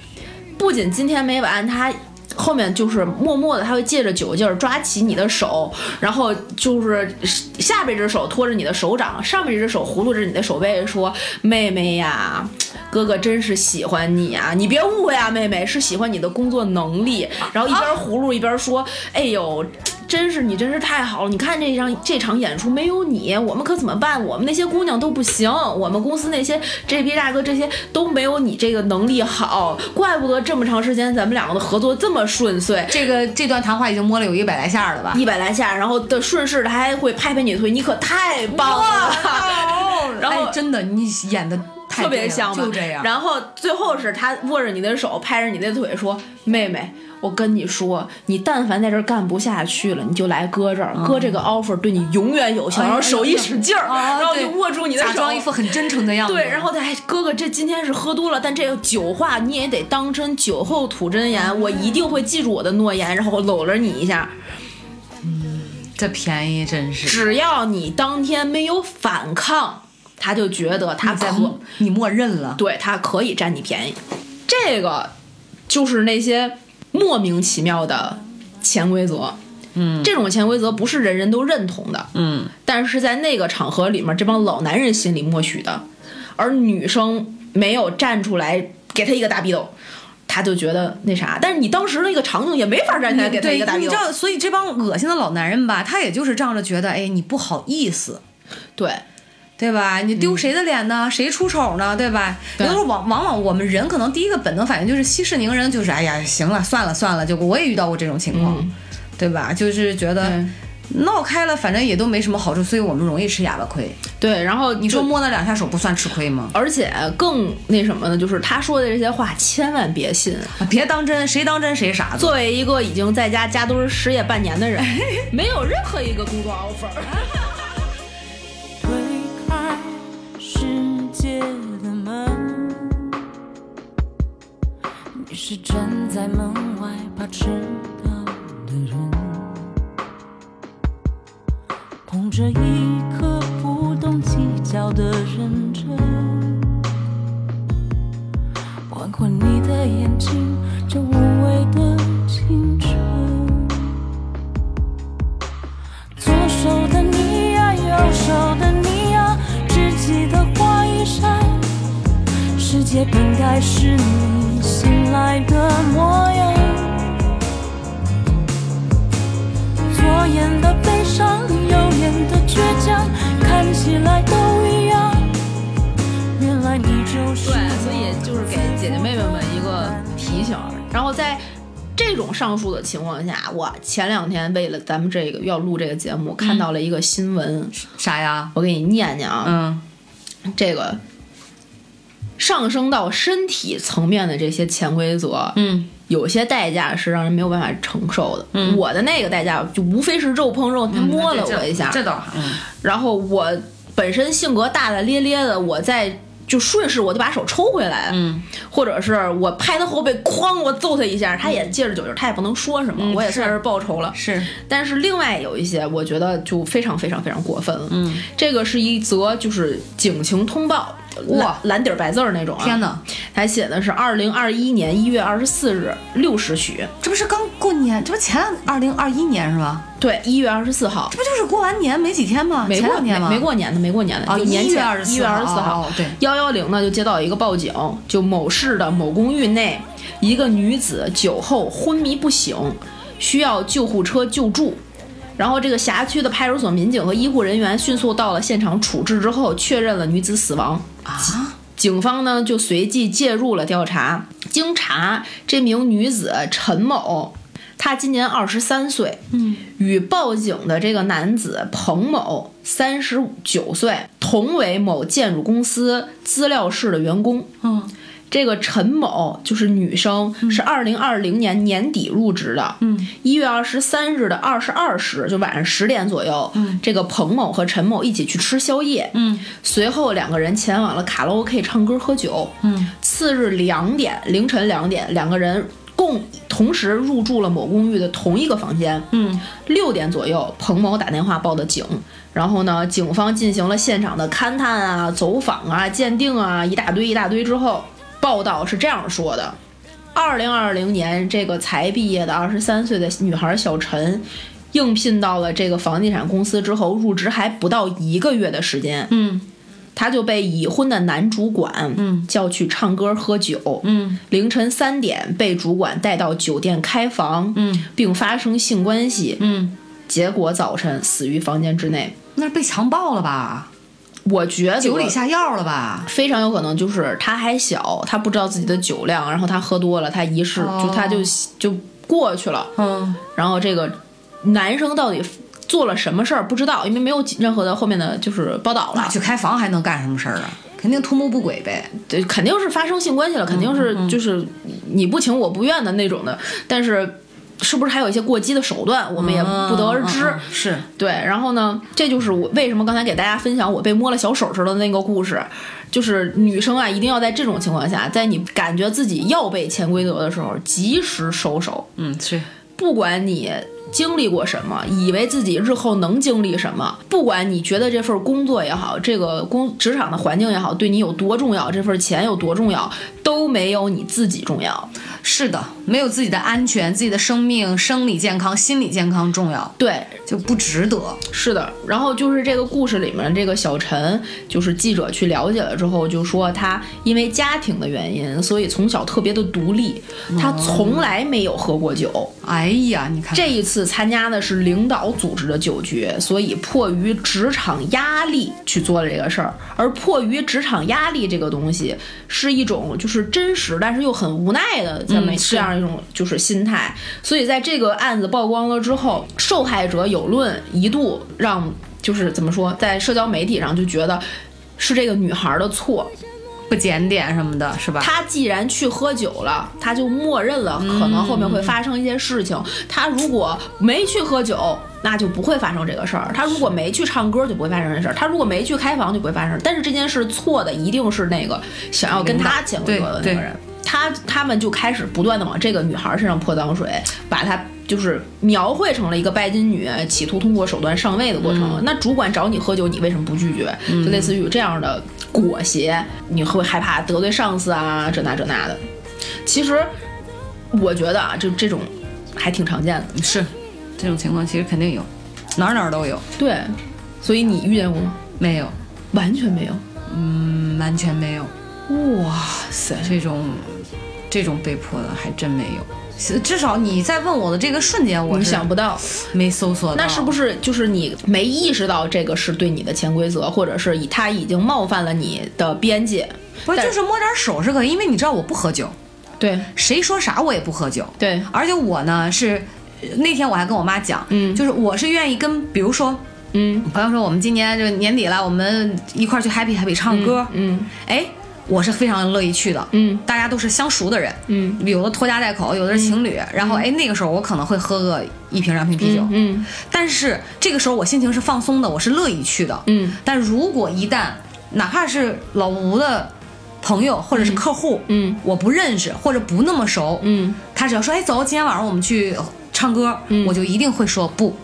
S1: 不仅今天没完，他后面就是默默的，他会借着酒劲儿抓起你的手，然后就是下边这只手托着你的手掌，上面这只手葫芦着你的手背，说：“妹妹呀。”哥哥真是喜欢你啊！你别误会啊，妹妹是喜欢你的工作能力。
S2: 啊
S1: 然后一边葫芦一边说：“哎呦，真是你真是太好了！你看这场这场演出没有你，我们可怎么办？我们那些姑娘都不行，我们公司那些这批大哥这些都没有你这个能力好，怪不得这么长时间咱们两个的合作这么顺遂。”
S2: 这个这段谈话已经摸了有一百来下儿了吧？
S1: 一百来下，然后的顺势的还会拍拍你的腿，你可太棒了， [laughs] 然后
S2: 哎、真的你演的太
S1: 特别
S2: 对了
S1: 像嘛
S2: 就这样。
S1: 然后最后是他握着你的手，拍着你的腿说：“妹妹，我跟你说，你但凡在这儿干不下去了，你就来哥这儿，哥这个 offer 对你永远有效。
S2: 嗯哎呀
S1: 然后手一使劲儿，
S2: 啊
S1: 然后
S2: 对
S1: 就握住你的手，
S2: 假装一副很真诚的样子。
S1: 对，然后他还哥哥，这今天是喝多了，但这个酒话你也得当真，酒后吐真言，
S2: 嗯
S1: 我一定会记住我的诺言。然后我搂了你一下，
S2: 这便宜真是
S1: 只要你当天没有反抗，他就觉得他
S2: 你在
S1: 可
S2: 你默认了。
S1: 对他可以占你便宜。这个就是那些莫名其妙的潜规则。嗯，这种潜规则不是人人都认同的。
S2: 嗯，
S1: 但是在那个场合里面，这帮老男人心里默许的，而女生没有站出来给他一个大逼斗，他就觉得那啥。但是你当时那个场景也没法站起来给他一个大
S2: 对，你
S1: 冰
S2: 知。道，所以这帮恶心的老男人吧，他也就是仗着觉得，哎，你不好意思，
S1: 对，
S2: 对吧？你丢谁的脸呢？谁出丑呢？对吧？有
S1: 嗯对
S2: 的时候往往往我们人可能第一个本能反应就是息事宁人，就是哎呀，行了，算了算了，就我也遇到过这种情况，对吧？就是觉得
S1: 嗯对
S2: 闹开了，反正也都没什么好处，所以我们容易吃哑巴亏。
S1: 对，然后
S2: 你
S1: 你
S2: 说
S1: 说
S2: 摸那两下手不算吃亏吗？
S1: 而且更那什么呢，就是他说的这些话千万别信。
S2: 啊别当真，谁当真谁傻子。
S1: 作为一个已经在家家都是失业半年的人，没有任何一个工作 offer。
S5: 推开世界的门，你是站在门外怕迟到的人，捧着一颗不懂计较的认真，换回你的眼睛，这无畏的青春。左手的你呀，右手的你呀，只记得花衣衫。世界本该是你醒来的模样。左眼的悲伤，右眼的倔强，看起来都一样。原来你就是
S1: 对，所以就是给姐姐妹妹们一个提醒。然后在这种上述的情况下，我前两天为了咱们这个要录这个节目，看到了一个新闻，
S2: 啥呀？
S1: 我给你念念啊，
S2: 嗯，
S1: 这个。上升到身体层面的这些潜规则，
S2: 嗯，
S1: 有些代价是让人没有办法承受的。我的那个代价就无非是肉碰肉，他摸了我一下，
S2: 这倒，嗯，
S1: 然后我本身性格大大咧咧的，我再就顺势我就把手抽回来，
S2: 嗯，
S1: 或者是我拍他后背，哐，我揍他一下，他也借着酒劲儿，他也不能说什么，我也算是报仇了。
S2: 嗯是
S1: 但是另外有一些，我觉得就非常非常非常过分了。嗯，这个是一则就是警情通报，
S2: 哇
S1: 蓝蓝底儿白字儿那种、啊。
S2: 天！哪，
S1: 他写的是二零二一年一月二十四日六时许，
S2: 这不是刚过年，这不前两二零二一年是吧？
S1: 对，一月二十四号
S2: 这，不就是过完年没几天吗？
S1: 没
S2: 啊前
S1: 过
S2: 两天吗？
S1: 没没过年的，没过年的，
S2: 哦
S1: 就年
S2: 1月
S1: 前
S2: 24
S1: 1月二十四
S2: 哦
S1: 号
S2: 哦，对
S1: 幺幺零呢就接到一个报警，就某市的某公寓内，一个女子酒后昏迷不醒，需要救护车救助。然后这个辖区的派出所民警和医护人员迅速到了现场处置之后，确认了女子死亡。
S2: 啊，
S1: 警方呢就随即介入了调查。经查，这名女子陈某，她今年二十三岁，嗯，与报警的这个男子彭某三十九岁，同为某建筑公司资料室的员工。
S2: 嗯，
S1: 这个陈某就是女生，是二零二零年年底入职的。嗯，一月二十三日的二十二时，就晚上十点左右，嗯，这个彭某和陈某一起去吃宵夜。嗯，随后两个人前往了卡拉 OK 唱歌喝酒。嗯，次日两点，凌晨两点，两个人。共同时入住了某公寓的同一个房间。嗯，六点左右，彭某打电话报的警，然后呢，警方进行了现场的勘探啊、走访啊、鉴定啊，一大堆一大堆之后，报道是这样说的：二零二零年，这个才毕业的二十三岁的女孩小陈，应聘到了这个房地产公司之后，入职还不到一个月的时间，嗯，她就被已婚的男主管，嗯，叫去唱歌喝酒，嗯，凌晨三点被主管带到酒店开房，嗯，并发生性关系，嗯，结果早晨死于房间之内。
S2: 那是被强暴了吧？
S1: 我觉得
S2: 酒里下药了吧？
S1: 非常有可能就是他还小，他不知道自己的酒量，然后他喝多了，他一试、
S2: 哦
S1: 就他就就过去了。
S2: 嗯，
S1: 然后这个男生到底做了什么事儿不知道，因为没有任何的后面的就是报道了
S2: 那，去开房还能干什么事儿啊？肯定图谋不轨呗。
S1: 对，肯定是发生性关系了，肯定
S2: 嗯
S1: 是就是你不情我不愿的那种的，但是。是不是还有一些过激的手段，我们也不得而知。
S2: 嗯嗯嗯是
S1: 对，然后呢，这就是我为什么刚才给大家分享我被摸了小手时的那个故事，就是女生啊，一定要在这种情况下，在你感觉自己要被潜规则的时候，及时收手。
S2: 嗯，是
S1: 不管你经历过什么，以为自己日后能经历什么，不管你觉得这份工作也好，这个工职场的环境也好，对你有多重要，这份钱有多重要，都没有你自己重要。
S2: 是的，没有自己的安全、自己的生命、生理健康、心理健康重要。
S1: 对，
S2: 就不值得。
S1: 是的，然后就是这个故事里面，这个小陈就是记者去了解了之后，就说他因为家庭的原因，所以从小特别的独立，他从来没有喝过酒。
S2: 哎呀，你看
S1: 这一次参加的是领导组织的酒局，所以迫于职场压力去做了这个事儿。而迫于职场压力这个东西，是一种就是真实，但是又很无奈的这么
S2: 嗯
S1: 这样一种就是心态。所以在这个案子曝光了之后，受害者有论一度让就是怎么说，在社交媒体上就觉得。是这个女孩的错，
S2: 不检点什么的，是吧？
S1: 她既然去喝酒了，她就默认了可能后面会发生一些事情。她如果没去喝酒，那就不会发生这个事儿；她如果没去唱歌，就不会发生这事儿；她如果没去开房，就不会发生。但是这件事错的一定是那个想要跟她牵过
S2: 对
S1: 手的那
S2: 对
S1: 个人。他他们就开始不断的往这个女孩身上泼脏水，把她就是描绘成了一个拜金女，企图通过手段上位的过程。那主管找你喝酒，你为什么不拒绝？就类似于这样的裹挟，你会害怕得罪上司啊，这那这那的。其实我觉得啊，就这种还挺常见的。
S2: 是，这种情况其实肯定有，哪儿哪儿都有。
S1: 对，所以你遇见过吗？
S2: 没有，
S1: 完全没有。
S2: 嗯，完全没有
S1: 哇塞！
S2: 这种这种被迫的，还真没有。至少你在问我的这个瞬间，我
S1: 你
S2: 是
S1: 想不到，
S2: 没搜索到，
S1: 那是不
S2: 是？
S1: 是就是你没意识到这个是对你的潜规则，或者是以他已经冒犯了你的边界？
S2: 不是，
S1: 但
S2: 就是摸点手是可以，因为你知道我不喝酒，
S1: 对
S2: 谁说啥我也不喝酒。
S1: 对，
S2: 而且我呢是呃那天我还跟我妈讲，
S1: 嗯
S2: 就是我是愿意跟，比如说
S1: 嗯
S2: 朋友说我们今年就年底了，我们一块儿去 happy happy 唱歌，
S1: 嗯
S2: 哎，我是非常乐意去的，
S1: 嗯
S2: 大家都是相熟的人，
S1: 嗯
S2: 有的拖家带口，有的是情侣，然后哎那个时候我可能会喝个一瓶两瓶啤酒，
S1: 嗯
S2: 但是这个时候我心情是放松的，我是乐意去的，
S1: 嗯
S2: 但如果一旦哪怕是老吴的朋友或者是客户，
S1: 嗯
S2: 我不认识或者不那么熟，
S1: 嗯
S2: 他只要说哎走，今天晚上我们去唱歌，我就一定会说不。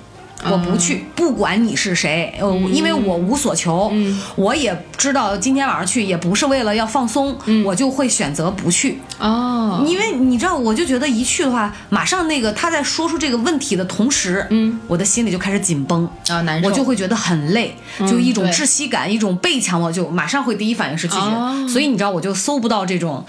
S2: 我
S1: 嗯
S2: 不去，不管你是谁，呃，因为我无所求，
S1: 嗯
S2: 我也知道今天晚上去也不是为了要放松，我就会选择不去，
S1: 嗯哦，
S2: 因为你知道，我就觉得一去的话，马上那个他在说出这个问题的同时，
S1: 嗯，
S2: 我的心里就开始紧绷，
S1: 啊难受，嗯
S2: 我就会觉得很累，就一种
S1: 对
S2: 窒息感，一种被强迫，就马上会第一反应是拒绝。
S1: 哦
S2: 所以你知道，我就搜不到这种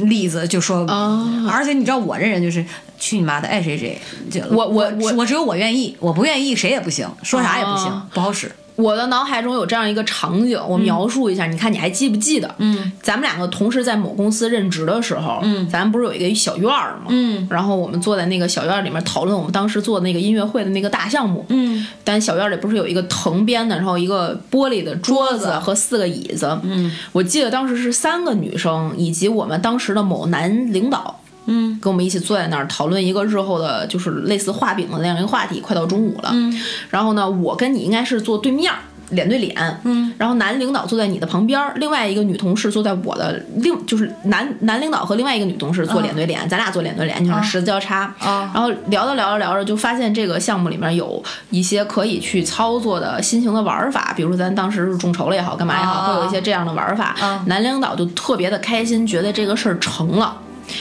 S2: 例子，就说，
S1: 哦
S2: 而且你知道我这人就是去你妈的，爱谁谁。就
S1: 我我我
S2: 我只有我愿意，我不愿意谁也不行，说啥也不行，
S1: 哦
S2: 不好使。
S1: 我的脑海中有这样一个场景，我描述一下，你看你还记不记得？嗯，咱们两个同时在某公司任职的时候，嗯，咱们不是有一个小院儿吗？嗯，然后我们坐在那个小院儿里面讨论我们当时做的那个音乐会的那个大项目，嗯，但小院儿里不是有一个藤编的，然后一个玻璃的桌子和四个椅子，嗯，我记得当时是三个女生以及我们当时的某男领导。嗯，跟我们一起坐在那儿讨论一个日后的，就是类似画饼的那样一个话题。快到中午了，嗯，然后呢，我跟你应该是坐对面儿，脸对脸，嗯，然后男领导坐在你的旁边儿，另外一个女同事坐在我的另就是男男领导和另外一个女同事坐脸对脸，咱俩坐脸对脸，就是十字交叉，
S2: 啊
S1: 然后聊着聊着聊着，就发现这个项目里面有一些可以去操作的新型的玩儿法，比如说咱当时是众筹了也好，干嘛也好，
S2: 啊
S1: 会有一些这样的玩儿法
S2: 啊。
S1: 男领导就特别的开心，觉得这个事儿成了。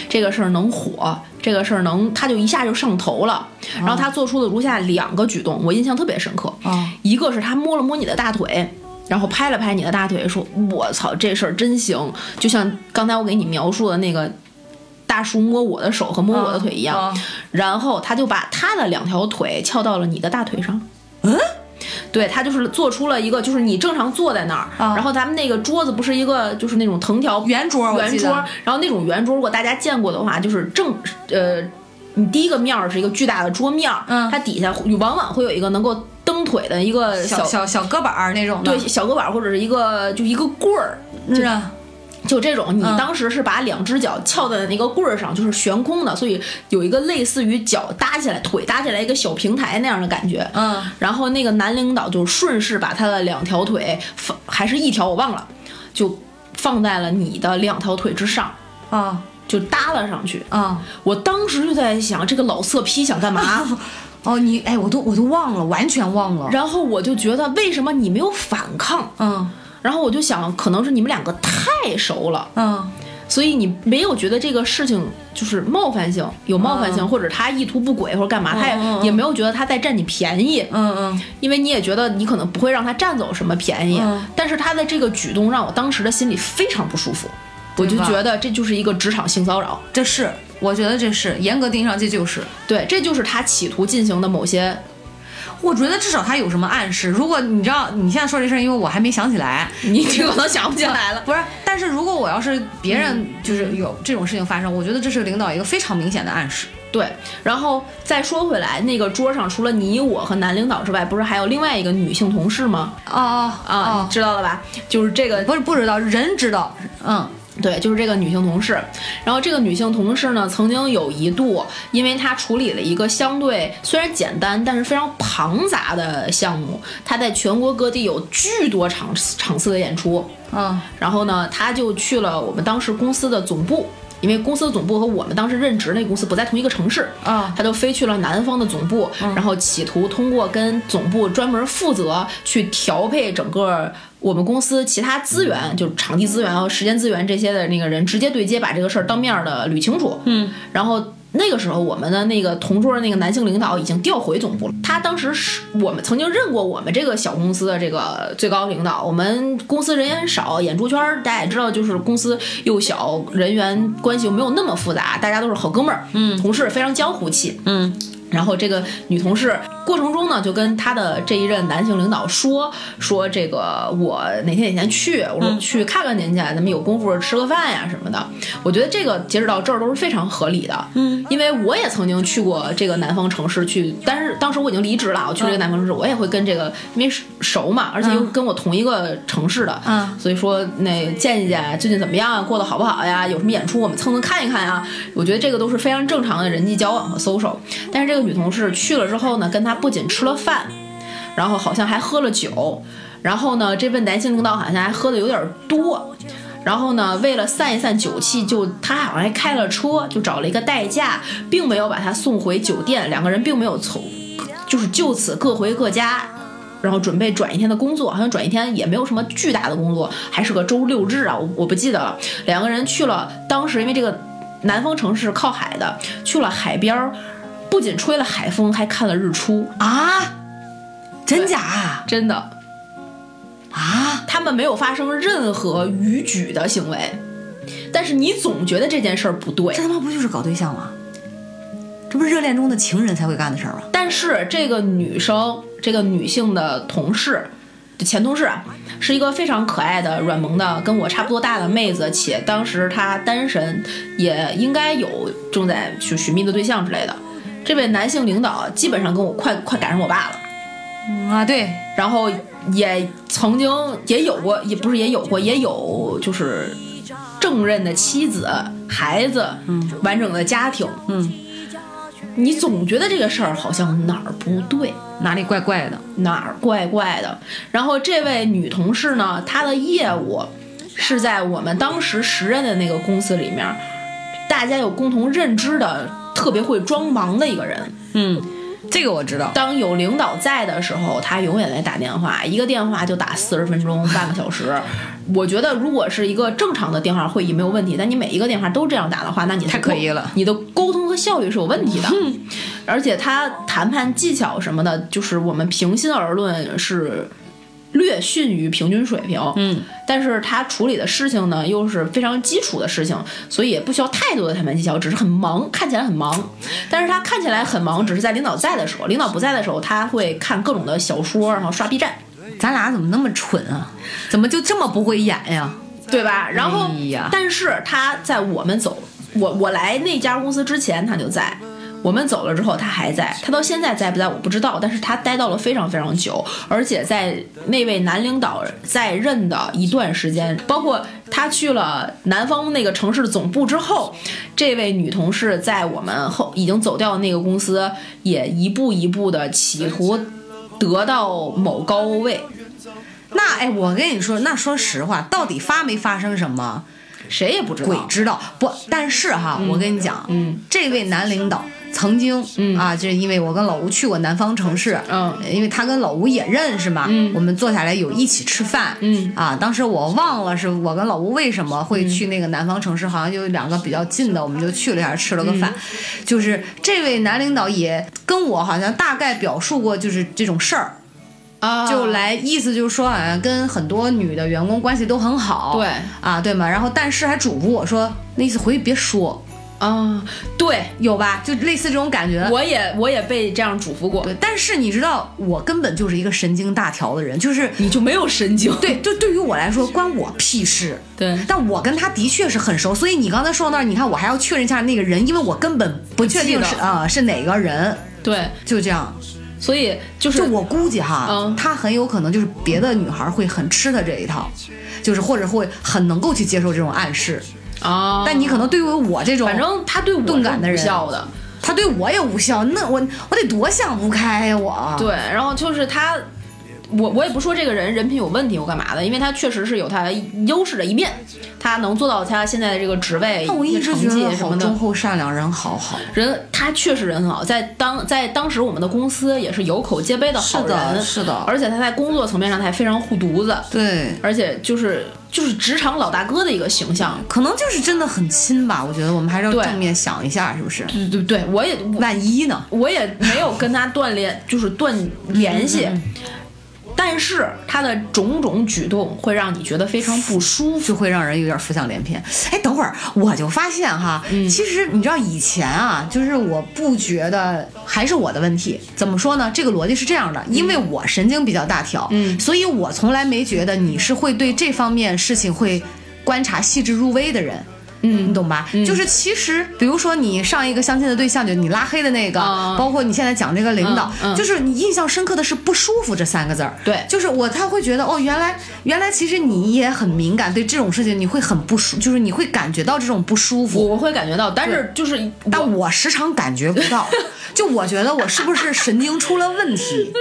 S1: 这个事儿能火，这个事儿能，他就一下就上头
S2: 啊
S1: 了。然后他做出了如下两个举动，我印象特别深刻。
S2: 哦
S1: 一个是他摸了摸你的大腿，然后拍了拍你的大腿，说：“我操，这事儿真行！”就像刚才我给你描述的那个大叔摸我的手和摸我的腿一样。
S2: 啊
S1: 然后他就把他的两条腿翘到了你的大腿上。
S2: 嗯。
S1: 对他就是做出了一个，就是你正常坐在那儿，
S2: 啊
S1: 然后咱们那个桌子不是一个就是那种藤条
S2: 圆桌我
S1: 圆
S2: 记得
S1: 桌，然后那种圆桌，如果大家见过的话，就是正呃，你第一个面儿是一个巨大的桌面儿，
S2: 嗯
S1: 它底下往往会有一个能够蹬腿的一个
S2: 小小小胳膊儿那种的，
S1: 对小胳膊儿或者是一个就一个棍儿，
S2: 是啊，
S1: 就这种，你
S2: 嗯
S1: 当时是把两只脚翘在那个棍儿上，就是悬空的，所以有一个类似于脚搭起来、腿搭起来一个小平台那样的感觉。
S2: 嗯，
S1: 然后那个男领导就顺势把他的两条腿放，还是一条我忘了，就放在了你的两条腿之上，
S2: 啊
S1: 就搭了上去。
S2: 啊
S1: 我当时就在想，这个老色批想干
S2: [laughs]
S1: 嘛？
S2: 哦，你哎，我都我都忘了，完全忘了。
S1: 然后我就觉得，为什么你没有反抗？
S2: 嗯
S1: 然后我就想，可能是你们两个太熟了。
S2: 嗯
S1: 所以你没有觉得这个事情就是冒犯性，有冒犯性，
S2: 嗯
S1: 或者他意图不轨或者干嘛，他也、
S2: 嗯嗯
S1: 也没有觉得他在占你便宜，
S2: 嗯嗯，
S1: 因为你也觉得你可能不会让他占走什么便宜，
S2: 嗯
S1: 但是他的这个举动让我当时的心里非常不舒服，我就
S2: 对吧
S1: 觉得这就是一个职场性骚扰，
S2: 这是，我觉得这是严格定义上这就是。
S1: 对，这就是他企图进行的某些，
S2: 我觉得至少他有什么暗示。如果你知道你现在说这事儿，因为我还没想起来，
S1: 你你可能想不起来了。
S2: 不是，但是如果我要是别人就是有这种事情发生，我觉得这是领导一个非常明显的暗示。
S1: 对，然后再说回来，那个桌上除了你我和男领导之外，不是还有另外一个女性同事吗？
S2: 哦哦
S1: 啊，你知道了吧？就是这个
S2: 不是不知道，人知道，嗯，
S1: 对，就是这个女性同事。然后这个女性同事呢，曾经有一度，因为她处理了一个相对虽然简单，但是非常庞杂的项目，她在全国各地有巨多场场次的演出。
S2: 嗯，
S1: 然后呢，她就去了我们当时公司的总部，因为公司的总部和我们当时任职那个公司不在同一个城市。
S2: 啊
S1: 她就飞去了南方的总部，然后企图通过跟总部专门负责去调配整个我们公司其他资源，就是场地资源啊和时间资源这些的那个人直接对接，把这个事儿当面的捋清楚。嗯，然后。那个时候，我们的那个同桌的那个男性领导已经调回总部了。他当时是我们曾经任过我们这个小公司的这个最高领导。我们公司人也很少，演出圈儿大家也知道，就是公司又小，人员关系又没有那么复杂，大家都是好哥们儿，嗯，同事非常江湖气，然后这个女同事过程中呢，就跟她的这一任男性领导说说这个我哪天哪天去，我说去看看您去，咱们有功夫吃个饭呀什么的。我觉得这个截止到这儿都是非常合理的，嗯，因为我也曾经去过这个南方城市去，但是当时我已经离职了，我去这个南方城市，我也会跟这个因为熟嘛，而且又跟我同一个城市的，
S2: 嗯
S1: 所以说那见一见最近怎么样啊，过得好不好呀？有什么演出我们蹭蹭看一看啊呀？我觉得这个都是非常正常的人际交往和 social。但是这个女同事去了之后呢，跟他不仅吃了饭，然后好像还喝了酒，然后呢，这位男性领导好像还喝的有点多。然后呢，为了散一散酒气，就他好像还开了车，就找了一个代驾，并没有把他送回酒店，两个人并没有从，就是就此各回各家，然后准备转一天的工作，好像转一天也没有什么巨大的工作，还是个周六日啊，我我不记得了。两个人去了，当时因为这个南方城市靠海的，去了海边儿，不仅吹了海风，还看了日出，
S2: 啊，真假啊
S1: 真的，
S2: 啊？
S1: 他们没有发生任何逾矩的行为，但是你总觉得这件事儿不对
S2: 这。他妈不就是搞对象吗？这不是热恋中的情人才会干的事儿吗？
S1: 但是这个女生，这个女性的同事，前同事啊，是一个非常可爱的软萌的，跟我差不多大的妹子，且当时她单身，也应该有正在去寻觅的对象之类的。这位男性领导啊基本上跟我快快赶上我爸了，
S2: 嗯啊，对，
S1: 然后也曾经也有过，也不是也有过，也有就是正任的妻子、孩子，嗯，完整的家庭，
S2: 嗯，
S1: 你总觉得这个事儿好像哪儿不对，
S2: 哪里怪怪的？
S1: 哪儿怪怪的。然后这位女同事呢，她的业务是在我们当时时任的那个公司里面，大家有共同认知的特别会装忙的一个人。
S2: 嗯，这个我知道。
S1: 当有领导在的时候，他永远在打电话，一个电话就打四十分钟、半个小时。我觉得如果是一个正常的电话会议没有问题，但你每一个电话都这样打的话，那你的
S2: 太可疑了嗯
S1: 沟你的沟通和效率是有问题的。而且他谈判技巧什么的，就是我们平心而论是略逊于平均水平。
S2: 嗯，
S1: 但是他处理的事情呢，又是非常基础的事情，所以也不需要太多的谈判技巧，只是很忙，看起来很忙。但是他看起来很忙，只是在领导在的时候，领导不在的时候，他会看各种的小说，然后刷 B 站，
S2: 咱俩怎么那么蠢啊？怎么就这么不会演呀、
S1: 对吧？然后，
S2: 哎呀
S1: 但是他在我们走，我我来那家公司之前他就在。我们走了之后，他还在，他到现在在不在我不知道，但是他待到了非常非常久，而且在那位男领导在任的一段时间，包括他去了南方那个城市的总部之后，这位女同事在我们后已经走掉的那个公司，也一步一步的企图得到某高位，
S2: 那哎，我跟你说，那说实话，到底发没发生什么，
S1: 谁也不知道。
S2: 鬼知道不？但是哈，我跟你讲，
S1: 嗯，
S2: 这位男领导曾经，
S1: 嗯
S2: 啊，就是因为我跟老吴去过南方城市，
S1: 嗯
S2: 因为他跟老吴也认识嘛，
S1: 嗯
S2: 我们坐下来有一起吃饭，
S1: 嗯
S2: 啊，当时我忘了是我跟老吴为什么会去那个南方城市，好像就两个比较近的，我们就去了一下，吃了个
S1: 嗯
S2: 饭。就是这位男领导也跟我好像大概表述过，就是这种事儿，
S1: 啊
S2: 就来意思就是说，好像跟很多女的员工关系都很好，
S1: 对
S2: 啊，对嘛，然后但是还嘱咐我说，那意思回去别说，
S1: 啊，对，
S2: 有吧？就类似这种感觉。
S1: [laughs] 我也我也被这样嘱咐过，
S2: 对，但是你知道，我根本就是一个神经大条的人，就是
S1: 你就没有神经，
S2: 对，就对于我来说，关我屁事。
S1: [laughs] 对
S2: 但我跟他的确是很熟，所以你刚才说到那儿，你看我还要确认一下那个人，因为我根本不确定
S1: 不记
S2: 是
S1: 得
S2: 啊、是哪个人，
S1: 对，
S2: 就这样。
S1: 所以就是
S2: 就我估计哈，
S1: 嗯
S2: 他很有可能就是别的女孩会很吃他这一套，就是或者会很能够去接受这种暗示。
S1: 啊，
S2: 但你可能对于我这种，
S1: 反正他对我
S2: 钝感的人
S1: 是无效的，
S2: 他对我也无效，那我我得多想不开呀、我。
S1: 对，然后就是他。我我也不说这个人人品有问题或干嘛的，因为他确实是有他优势的一面，他能做到他现在的这个职位、
S2: 但我一
S1: 些
S2: 直
S1: 成
S2: 觉
S1: 绩
S2: 得
S1: 什
S2: 好
S1: 么的
S2: 忠。厚善良人好好。
S1: 人他确实人很好，在当在当时我们的公司也是有口皆碑的好
S2: 是的
S1: 人，
S2: 是的
S1: 而且他在工作层面上他也非常护犊子，
S2: 对，
S1: 而且就是就是职场老大哥的一个形象。
S2: 可能就是真的很亲吧，我觉得我们还是要
S1: 对
S2: 正面想一下，是不是？
S1: 对对对，我也我
S2: 万一呢？
S1: 我也没有跟他断联，就是断联系。但是他的种种举动会让你觉得非常不舒服。
S2: 就会让人有点浮想联翩。哎，等会儿我就发现哈，
S1: 嗯
S2: 其实你知道以前啊，就是我不觉得还是我的问题。怎么说呢？这个逻辑是这样的，因为我神经比较大条，
S1: 嗯
S2: 所以我从来没觉得你是会对这方面事情会观察细致入微的人。
S1: 嗯
S2: 你懂吧？就是其实，比如说你上一个相亲的对象，就你拉黑的那个，
S1: 啊
S2: 包括你现在讲这个领导，
S1: 嗯嗯
S2: 就是你印象深刻的是“不舒服”这三个字儿。
S1: 对
S2: 就是我他会觉得哦，原来原来其实你也很敏感，对这种事情你会很不舒，就是你会感觉到这种不舒服。
S1: 我会感觉到，但是就是我
S2: 但我时常感觉不
S1: [laughs]
S2: 到，就我觉得我是不是神经出了问题？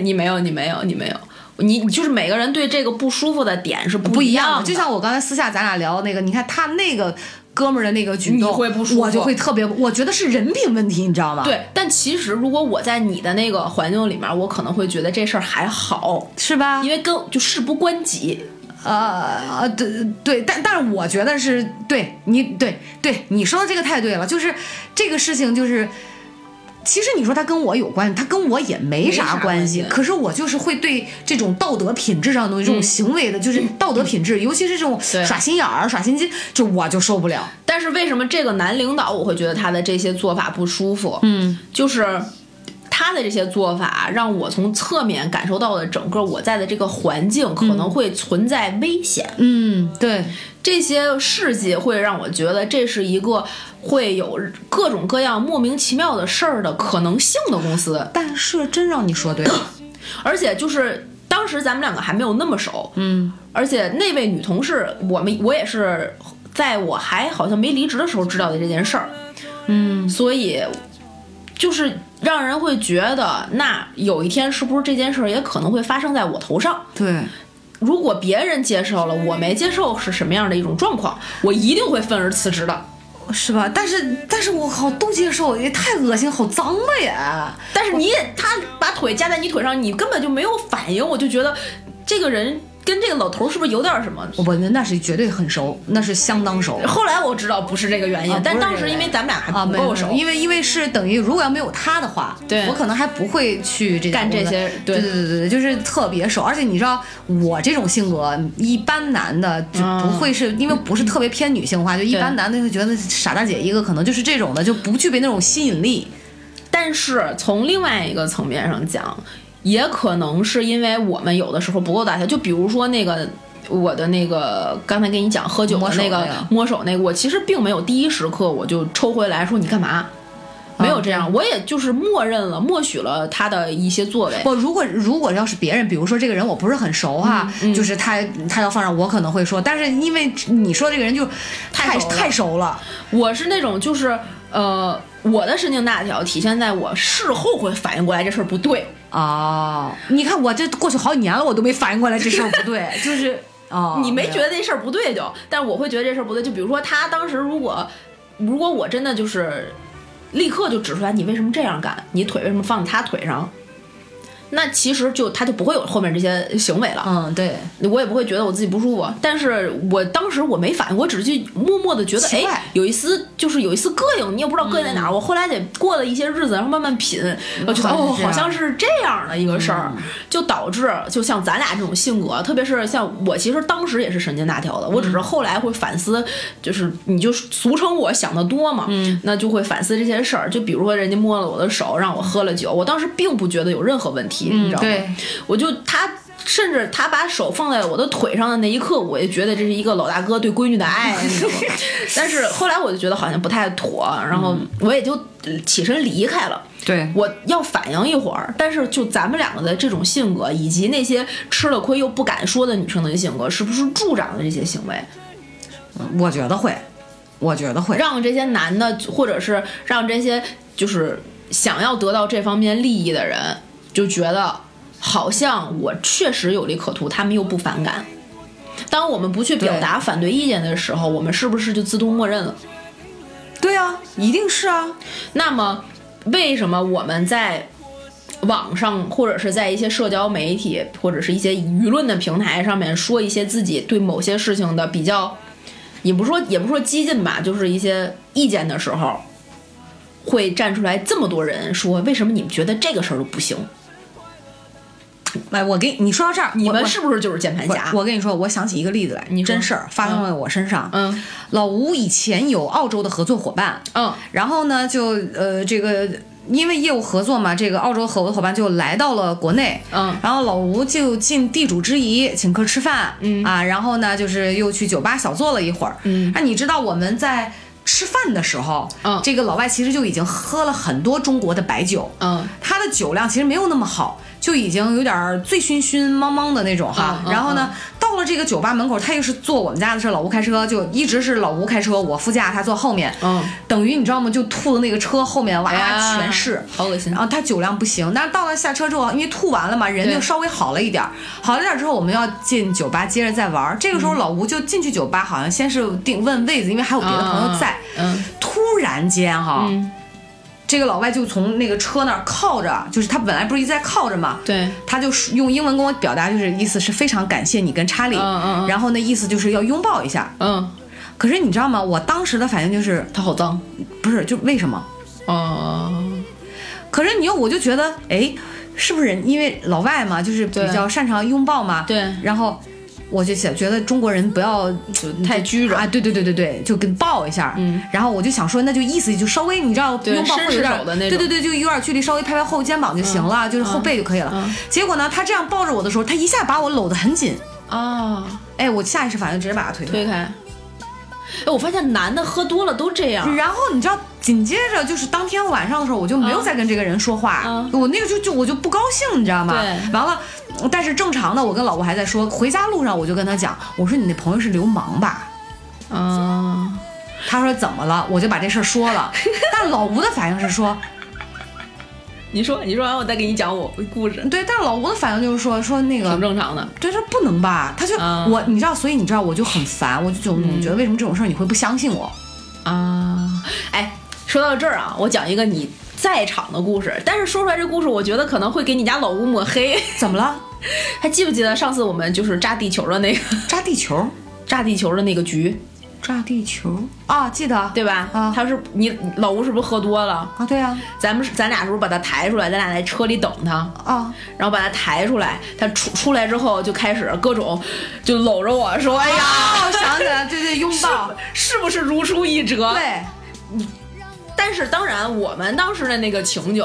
S1: 你没有，你没有，你没有，你你就是每个人对这个不舒服的点是
S2: 不
S1: 不
S2: 一
S1: 样的，
S2: 样的。就像我刚才私下咱俩聊那个，你看他那个哥们儿的那个举
S1: 你
S2: 动，
S1: 会不舒服
S2: 我就会特别，我觉得是人品问题，你知道吗？，
S1: 对。但其实如果我在你的那个环境里面，我可能会觉得这事儿还好，
S2: 是吧？
S1: 因为跟就事不关己。
S2: 呃呃，对对，但但是我觉得是对你对对你说的这个太对了，就是这个事情就是，其实你说它跟我有关系，它跟我也没
S1: 没
S2: 啥
S1: 啥
S2: 关
S1: 关
S2: 系，嗯
S1: 系
S2: 可是我就是会对这种道德品质上的东西这种行为的，就是道德品质，尤其是这种
S1: 对
S2: 耍心眼儿、耍心机，就我就受不了。
S1: 但是为什么这个男领导我会觉得他的这些做法不舒服？嗯，就是他的这些做法让我从侧面感受到了整个我在的这个环境可能会存在危险。
S2: 嗯，对，
S1: 这些事迹会让我觉得这是一个会有各种各样莫名其妙的事儿的可能性的公司，
S2: 但是真让你说对了，
S1: 而且就是当时咱们两个还没有那么熟，嗯，而且那位女同事，我们我也是在我还好像没离职的时候知道的这件事儿，嗯，所以就是让人会觉得，那有一天是不是这件事儿也可能会发生在我头上？
S2: [coughs] 对。
S1: 如果别人接受了，我没接受是什么样的一种状况，我一定会愤而辞职的。
S2: 是吧？但是但是我靠，都接受也太恶心，好脏吧也。
S1: 但是你也他把腿夹在你腿上，你根本就没有反应，我就觉得这个人跟这个老头儿是不是有点什么？
S2: 我那是绝对很熟，那是相当熟。
S1: 后来我知道不是这个原因，
S2: 啊
S1: 但
S2: 不是
S1: 当
S2: 这
S1: 时
S2: 个
S1: 因为咱们俩还
S2: 啊，
S1: 不
S2: 没有
S1: 够熟，
S2: 因为因为是等于，如果要没有他的话，
S1: 对
S2: 我可能还不会去这家
S1: 干这
S2: 公司
S1: 些
S2: 对
S1: 对
S2: 对对对，就是特别熟。而且你知道，我这种性格，一般男的就不会是、因为不是特别偏女性化，就一般
S1: 嗯对
S2: 男的会觉得傻大姐一个，可能就是这种的，就不具备那种吸引力。
S1: 但是从另外一个层面上讲，也可能是因为我们有的时候不够大条。就比如说那个我的那个刚才跟你讲喝酒的那
S2: 摸
S1: 个
S2: 手那个
S1: 摸手那个，我其实并没有第一时刻我就抽回来说你干嘛。没有这样，我也就是默认了、默许了他的一些作为。
S2: 不，如果如果要是别人，比如说这个人我不是很熟哈、
S1: 嗯
S2: 就是他他要放上我可能会说，但是因为你说这个人就太
S1: 太熟了
S2: 太熟了，
S1: 我是那种就是呃，我的神经大条体现在我事后会反应过来这事儿不对，
S2: 哦，你看我这过去好几年了，我都没反应过来这事儿不
S1: [laughs]
S2: 对，就是哦，
S1: 你没
S2: 明白
S1: 觉得这事儿不对就，但是我会觉得这事儿不对。就比如说他当时如果，如果我真的就是立刻就指出来你为什么这样干，你腿为什么放他腿上。那其实就他就不会有后面这些行为了，
S2: 嗯，对，
S1: 我也不会觉得我自己不舒服。但是我当时我没反应，我只是去默默的觉得，
S2: 奇怪嗯
S1: 哎，有一丝就是有一丝膈应，你也不知道膈应在哪儿。我后来得过了一些日子，然后慢慢品，然后觉得
S2: 好像
S1: 哦，好
S2: 是这样
S1: 像是这样的一个事儿，就导致就像咱俩这种性格，特别是像我，其实当时也是神经大条的，我只是后来会反思，就是你就俗称我想的多嘛，那就会反思这些事儿。就比如说人家摸了我的手，让我喝了酒，我当时并不觉得有任何问题，你知道吗？
S2: 对，
S1: 我就他。甚至他把手放在我的腿上的那一刻，我也觉得这是一个老大哥对闺女的爱，你知道吗？但是后来我就觉得好像不太妥，然后我也就呃起身离开了。
S2: 对，
S1: 我要反应一会儿，但是就咱们两个的这种性格，以及那些吃了亏又不敢说的女生的性格，是不是助长了这些行为，
S2: 我觉得会，我觉得会，
S1: 让这些男的，或者是让这些就是想要得到这方面利益的人，就觉得好像我确实有利可图，他们又不反感。当我们不去表达反对意见的时候，我们是不是就自动默认了？
S2: 对啊，一定是啊，
S1: 那么，为什么我们在网上或者是在一些社交媒体或者是一些舆论的平台上面说一些自己对某些事情的比较，也不说也不说激进吧，就是一些意见的时候，会站出来这么多人说，为什么你们觉得这个事儿都不行？
S2: 哎，我给你你说到这儿，
S1: 你
S2: 我
S1: 们
S2: 我
S1: 是不是就是键盘侠？
S2: 我我跟你说，我想起一个例子来，
S1: 哎你说
S2: 真事儿发生在我身上。
S1: 嗯
S2: 老吴以前有澳洲的合作伙伴，
S1: 嗯
S2: 然后呢，就呃这个因为业务合作嘛，这个澳洲合作伙伴就来到了国内，
S1: 嗯
S2: 然后老吴就尽地主之谊，请客吃饭，嗯啊，然后呢就是又去酒吧小坐了一会儿，
S1: 嗯
S2: 那你知道我们在。吃饭的时候，
S1: 嗯
S2: 这个老外其实就已经喝了很多中国的白酒，
S1: 嗯
S2: 他的酒量其实没有那么好，就已经有点儿醉醺醺、茫茫的那种哈。
S1: 嗯嗯
S2: 啊然后呢，到了这个酒吧门口，他又是坐我们家的车，老吴开车，就一直是老吴开车，我副驾，他坐后面。
S1: 嗯，
S2: 等于你知道吗？就吐的那个车后面哇、
S1: 哎呀
S2: 全是。
S1: 好恶心
S2: 然。后他酒量不行，但是到了下车之后，因为吐完了嘛，人
S1: 对
S2: 就稍微好了一点儿。好了一点儿之后，我们要进酒吧接着再玩儿。这个
S1: 嗯
S2: 时候老吴就进去酒吧，好像先是定问位子，因为还有别的朋友在。
S1: 嗯
S2: 突然间哈，
S1: 嗯
S2: 这个老外就从那个车那儿靠着，就是他本来不是一直在靠着嘛，
S1: 对，
S2: 他就是用英文跟我表达，就是意思是非常感谢你跟查理，
S1: 嗯嗯嗯
S2: 然后那意思就是要拥抱一下。
S1: 嗯，
S2: 可是你知道吗？我当时的反应就是，
S1: 他好脏
S2: 不是就为什么？
S1: 哦，
S2: 可是你又我就觉得，哎，是不是人因为老外嘛，就是比
S1: 对
S2: 较擅长拥抱嘛？
S1: 对
S2: 然后我就想觉得中国人不要
S1: 就太拘着
S2: 啊，对对对对对，就跟抱一下。嗯。然后我就想说，那就意思就稍微你知道
S1: 对
S2: 拥抱会有
S1: 伸
S2: 点
S1: 手的那种嗯
S2: 对对对，就有点距离，稍微拍拍后肩膀就行了，就是后背就可以了。结果呢，他这样抱着我的时候，他一下把我搂得很紧，
S1: 啊，
S2: 哎，我下意识反应直接把他推开。
S1: 推开。哎，我发现男的喝多了都这样。
S2: 然后你知道，紧接着就是当天晚上的时候，我就没有再跟这个人说话，
S1: 嗯
S2: 我那个就就我就不高兴，你知道吗？
S1: 对
S2: 完了，但是正常的，我跟老吴还在说，回家路上我就跟他讲，我说你那朋友是流氓吧？
S1: 啊，
S2: 他说怎么了？我就把这事儿说了，但老吴的反应是说，
S1: 你说，你说完我再给你讲我故事，
S2: 对，但是老吴的反应就是说说那个
S1: 挺正常的。
S2: 对，他说不能吧？他就、
S1: 嗯
S2: 我，你知道，所以你知道，我就很烦，我就总总觉得为什么这种事儿你会不相信我？
S1: 啊，哎，说到这儿啊，我讲一个你在场的故事，但是说出来这故事，我觉得可能会给你家老吴抹黑。 [laughs]
S2: 怎么了？
S1: 还记不记得上次我们就是炸地球的那个 [laughs]
S2: 扎地球，
S1: 炸地球的那个局，
S2: 扎地球啊，记得
S1: 对吧？
S2: 啊
S1: 他是你老吴是不是喝多了？
S2: 啊，对啊
S1: 咱们是咱俩是不是把他抬出来？咱俩在车里等他。
S2: 啊，
S1: 然后把他抬出来，他出出来之后就开始各种就搂着我说：“哎呀，
S2: 啊，我想起来，对对，拥抱，
S1: 是不是如出一辙？”。
S2: 对，
S1: 但是当然，我们当时的那个情景，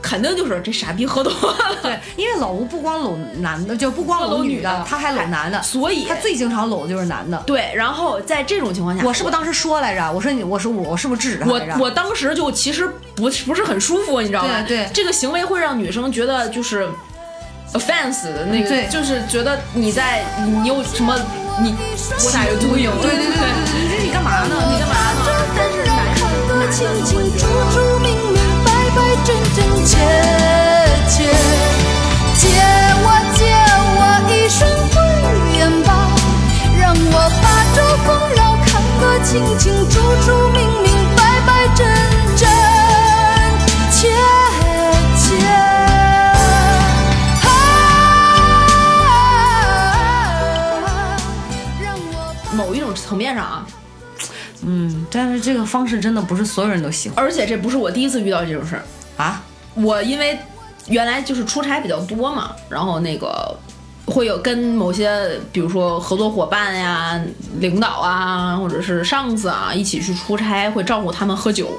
S1: 肯定就是这傻逼喝多了，
S2: 对，因为老吴不光搂男的，就不光
S1: 不光
S2: 搂
S1: 搂
S2: 女
S1: 女
S2: 的哎
S1: 的，
S2: 他还搂男的，
S1: 所以
S2: 他最经常搂的就是男的。
S1: 对。然后在这种情况下，
S2: 我是不是当时说来着？我说你，我说我，我是不是制止他
S1: 我
S2: 来着？
S1: 我当时就其实不是不是很舒服，你知道吗？
S2: 对对
S1: 这个行为会让女生觉得就是 offense 的那个，
S2: 对
S1: 就是觉得你在你你有什么你 what are you doing？
S2: 对对对对对对，你干嘛呢？你干嘛呢？
S5: 但是让看得清清楚楚、明明白白、真真切切。借我借我一双慧眼吧，让我把这纷扰看得清清楚楚、明明白白、真真。
S1: 某一种层面上啊，
S2: 嗯，但是这个方式真的不是所有人都喜欢
S1: 而且这不是我第一次遇到这种事儿。
S2: 啊。
S1: 我因为原来就是出差比较多嘛，然后那个会有跟某些，比如说合作伙伴呀、领导啊，或者是上司啊，一起去出差，会招呼他们喝酒，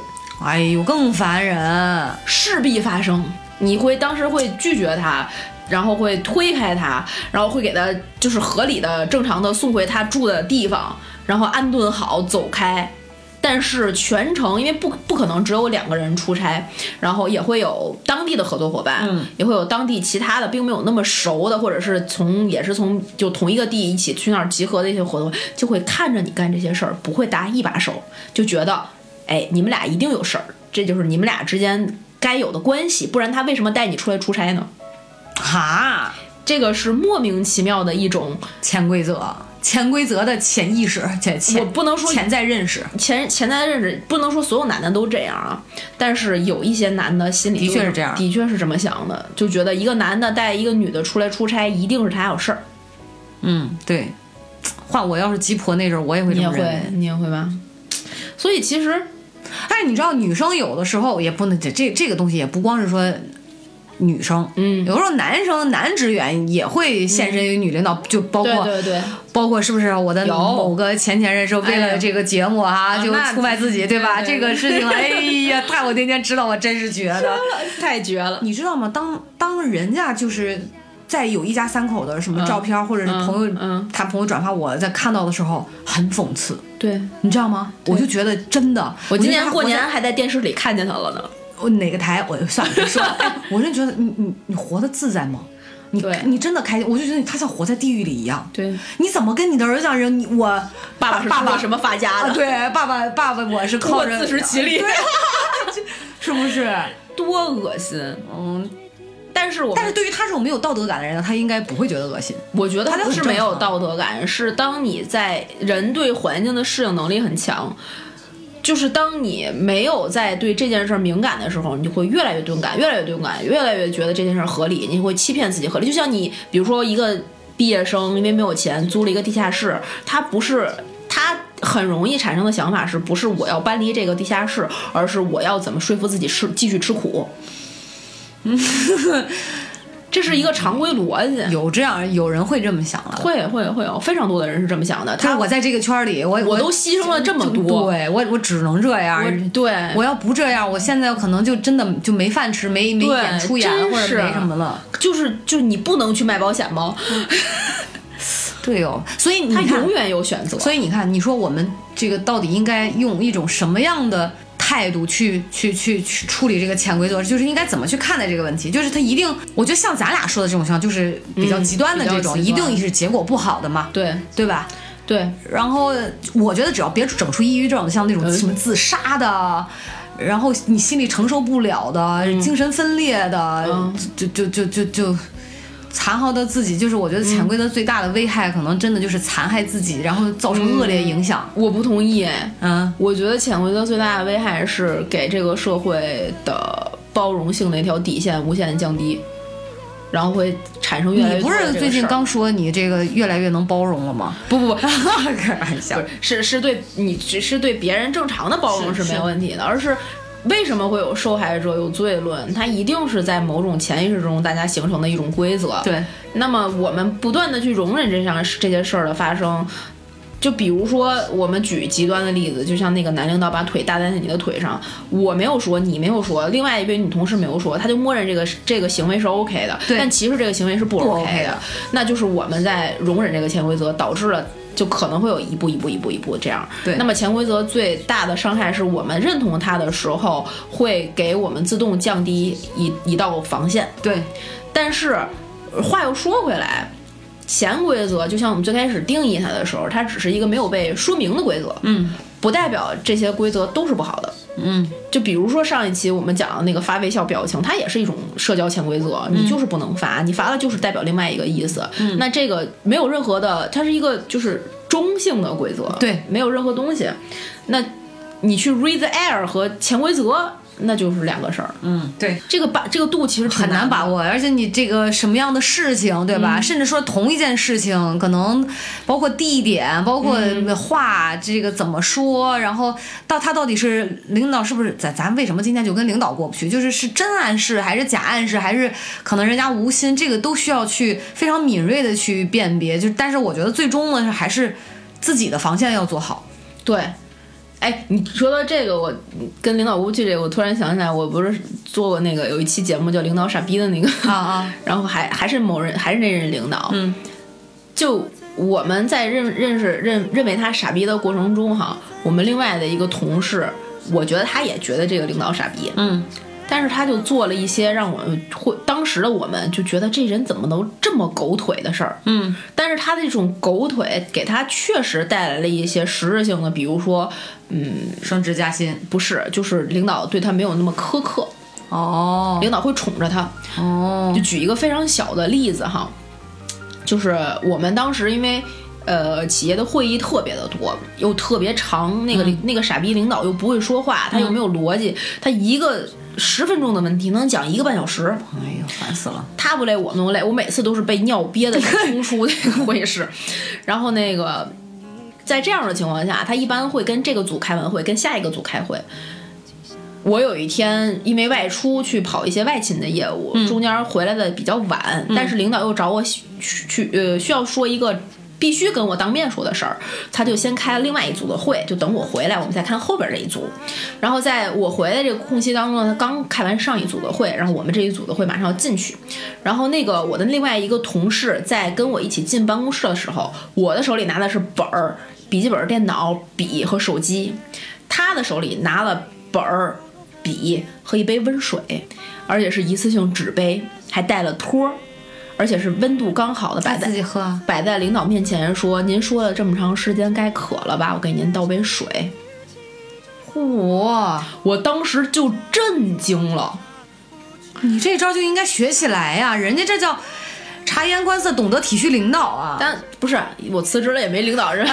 S2: 哎呦，更烦人。
S1: 势必发生。你会当时会拒绝他，然后会推开他，然后会给他就是合理的、正常的送回他住的地方，然后安顿好走开。但是全程因为不不可能只有两个人出差，然后也会有当地的合作伙伴，
S2: 嗯
S1: 也会有当地其他的并没有那么熟的，或者是从也是从就同一个地一起去那儿集合的一些活动，就会看着你干这些事儿，不会搭一把手，就觉得哎你们俩一定有事儿，这就是你们俩之间该有的关系，不然他为什么带你出来出差呢？
S2: 哈，
S1: 这个是莫名其妙的一种
S2: 潜规则，潜规则的潜意识，潜
S1: 我
S2: 潜
S1: 不能说
S2: 潜在认识，
S1: 前前在认识，不能说所有男的都这样啊，但是有一些男的心里
S2: 的
S1: 就
S2: 确是这样
S1: 的确是这么想的，就觉得一个男的带一个女的出来出差，一定是他有事儿。
S2: 嗯，对。换我要是鸡婆那阵儿，我也会
S1: 你
S2: 这
S1: 也
S2: 么
S1: 会
S2: 认为。，
S1: 你也会吧？所以其
S2: [laughs]
S1: 实
S2: 但是你知道，女生有的时候也不能这这这个东西也不光是说女生，
S1: 嗯
S2: 有时候男生男职员也会现身于女领导，就包括
S1: 对对对
S2: 包括是不是我的
S1: 有
S2: 某个前前任是为
S1: 哎
S2: 了
S1: 呀
S2: 这个节目啊，
S1: 啊
S2: 就
S1: 那
S2: 出卖自己，对吧？
S1: 对对
S2: 这个事情，哎
S1: [laughs]
S2: 呀，太我那天知道，我真是觉得，
S1: 太绝了，
S2: 你知道吗？当当人家就是。在有一家三口的什么
S1: 嗯
S2: 照片，或者是
S1: 嗯
S2: 朋友、
S1: 嗯
S2: 他朋友转发我在看到的时候，很讽刺，
S1: 对。
S2: 你知道吗？我就觉得真的，
S1: 我今
S2: 觉得
S1: 年
S2: 他
S1: 过
S2: 活在
S1: 年还在电视里看见他了呢，
S2: 我哪个台，我就算了，别
S1: [laughs]
S2: 说了。哎我真觉得你你你活得自在吗？你
S1: 对
S2: 你真的开心？我就觉得你他像活在地狱里一样。
S1: 对，
S2: 你怎么跟你的儿子讲人？你我
S1: 爸爸是
S2: 爸
S1: 通
S2: 爸
S1: 过什么发家
S2: 啊？
S1: 的？
S2: [laughs] 对，爸爸爸爸，我是
S1: 通过
S2: 靠着
S1: 自食其
S2: [laughs]
S1: 力，
S2: 是
S1: [laughs]
S2: 不是？
S1: 多恶心！
S2: 嗯，
S1: 但是我们
S2: 但是对于他这种没有道德感的人呢，他应该不会觉得恶心。
S1: 我觉得
S2: 他就
S1: 不
S2: 很
S1: 是
S2: 正
S1: 没有
S2: 常
S1: 道德感，是当你在人对环境的适应能力很强，就是当你没有在对这件事儿敏感的时候，你就会越来越钝感，越来越钝感，越来越觉得这件事儿合理，你会欺骗自己合理。就像你，比如说一个毕业生，因为没有钱租了一个地下室，他不是。他很容易产生的想法是不是我要搬离这个地下室，而是我要怎么说服自己吃继续吃
S2: [laughs]
S1: 苦？这是一个常规逻辑。
S2: 有这样有人会这么想了。
S1: 会会会有非常多的人是这么想的，
S2: 就是
S1: 他
S2: 我在这个圈儿里，我
S1: 我都牺牲了这么多，
S2: 对我我只能这样。
S1: 我对
S2: 我要不这样，我现在可能就真的就没饭吃，没没
S1: 对
S2: 演出演
S1: 真
S2: 或
S1: 是
S2: 者没什么了。
S1: 就是就你不能去卖保险吗？
S2: 对哦，所以嗯你
S1: 他
S2: 看
S1: 永，远有选择，
S2: 所以你看，你说我们这个到底应该用一种什么样的态度去去去去处理这个潜规则？就是应该怎么去看待这个问题？就是它一定，我觉得像咱俩说的这种情况，就是比较
S1: 嗯
S2: 极端的
S1: 比较
S2: 这种，
S1: 极
S2: 一
S1: 端
S2: 定是结果不好的嘛，
S1: 对
S2: 对吧？
S1: 对，
S2: 然后我觉得只要别整出抑郁症，像那种
S1: 嗯
S2: 什么自杀的。然后你心里承受不了的，精神分裂的，
S1: 嗯
S2: 就就就就就残害到自己，就是我觉得潜规则最大的危害，可能真的就是残害自己，然后造成恶劣影响。
S1: 我不同意哎，
S2: 嗯，
S1: 我觉得潜规则最大的危害是给这个社会的包容性的一条底线无限地降低，然后会产生越来越
S2: 你
S1: 多
S2: 不
S1: 的
S2: 是
S1: 这个
S2: 最近
S1: 事儿
S2: 刚说你这个越来越能包容了吗？
S1: 不不不，
S2: 开玩笑
S1: 不是，是是对你只是对别人正常的包容是没有问题的，而是为什么会有受害者有罪论？它一定是在某种潜意识中大家形成的一种规则。，
S2: 对，
S1: 那么我们不断的去容忍这项这些事儿的发生。就比如说，我们举极端的例子，就像那个男领导把腿搭在你的腿上，我没有说，你没有说，另外一位女同事没有说，她就默认这个这个行为是 OK 的，
S2: 对
S1: 但其实这个行为是不
S2: 不
S1: OK
S2: OK
S1: 的
S2: 的。
S1: 那就是我们在容忍这个潜规则，导致了就可能会有一步一步一步一步这样。
S2: 对
S1: 那么潜规则最大的伤害是我们认同它的时候，会给我们自动降低一一道防线。
S2: 对，
S1: 但是呃话又说回来，潜规则就像我们最开始定义它的时候，它只是一个没有被说明的规则，
S2: 嗯
S1: 不代表这些规则都是不好的。
S2: 嗯，
S1: 就比如说上一期我们讲的那个发微笑表情，它也是一种社交潜规则，
S2: 嗯
S1: 你就是不能发，你发了就是代表另外一个意思。那这个没有任何的，它是一个就是中性的规则，
S2: 对
S1: 没有任何东西。那你去 read the air 和潜规则那就是两个事儿。
S2: 嗯，对，
S1: 这个把这个度其实挺
S2: 很难嗯
S1: 难
S2: 把
S1: 握。
S2: 握，而且你这个什么样的事情，对吧？甚至说同一件事情，可能包括地点，包括话，这个怎么说，然后到他到底是领导是不是咱咱为什么今天就跟领导过不去？就是是真暗示还是假暗示，还是可能人家无心，这个都需要去非常敏锐的去辨别。就但是我觉得最终呢，还是自己的防线要做好。
S1: 对，哎，你说到这个，我跟领导过不去这个，我突然想起来，我不是做过那个有一期节目叫《领导傻逼》的那个
S2: 啊啊，
S1: [laughs] 然后还还是某人，还是那任领导，
S2: 嗯，
S1: 就我们在认认识认认为他傻逼的过程中哈，我们另外的一个同事，我觉得他也觉得这个领导傻逼，
S2: 嗯，
S1: 但是他就做了一些让我们会当时的我们就觉得这人怎么能这么狗腿的事儿，
S2: 嗯，
S1: 但是他的这种狗腿给他确实带来了一些实质性的，比如说，嗯，
S2: 升职加薪
S1: 不是，就是领导对他没有那么苛刻，
S2: 哦
S1: 领导会宠着他，
S2: 哦
S1: 就举一个非常小的例子哈，就是我们当时因为呃企业的会议特别的多，又特别长，那个、
S2: 嗯
S1: 那个傻逼领导又不会说话，他又没有逻辑，他一个十分钟的问题能讲一个半小时，
S2: 哎呦，烦死了！
S1: 他不累我能累，我每次都是被尿憋的冲出那个会议室，然后那个。在这样的情况下，他一般会跟这个组开完会，跟下一个组开会。我有一天因为外出去跑一些外勤的业务，中间回来的比较晚，但是领导又找我去去呃需要说一个必须跟我当面说的事儿，他就先开了另外一组的会，就等我回来，我们再看后边这一组。然后在我回来这个空隙当中呢，他刚开完上一组的会，然后我们这一组的会马上要进去，然后那个我的另外一个同事在跟我一起进办公室的时候，我的手里拿的是本儿、笔记本电脑、笔和手机，他的手里拿了本儿、笔和一杯温水，而且是一次性纸杯，还带了托儿，而且是温度刚好的摆在
S2: 自己喝啊。
S1: 摆在领导面前说：“您说了这么长时间，该渴了吧？我给您倒杯水。
S2: 哇，”
S1: 我当时就震惊了。
S2: 你这招就应该学起来呀、人家这叫察言观色，懂得体恤领导啊。
S1: 但不是我辞职了也没领导
S2: [laughs]
S1: 人，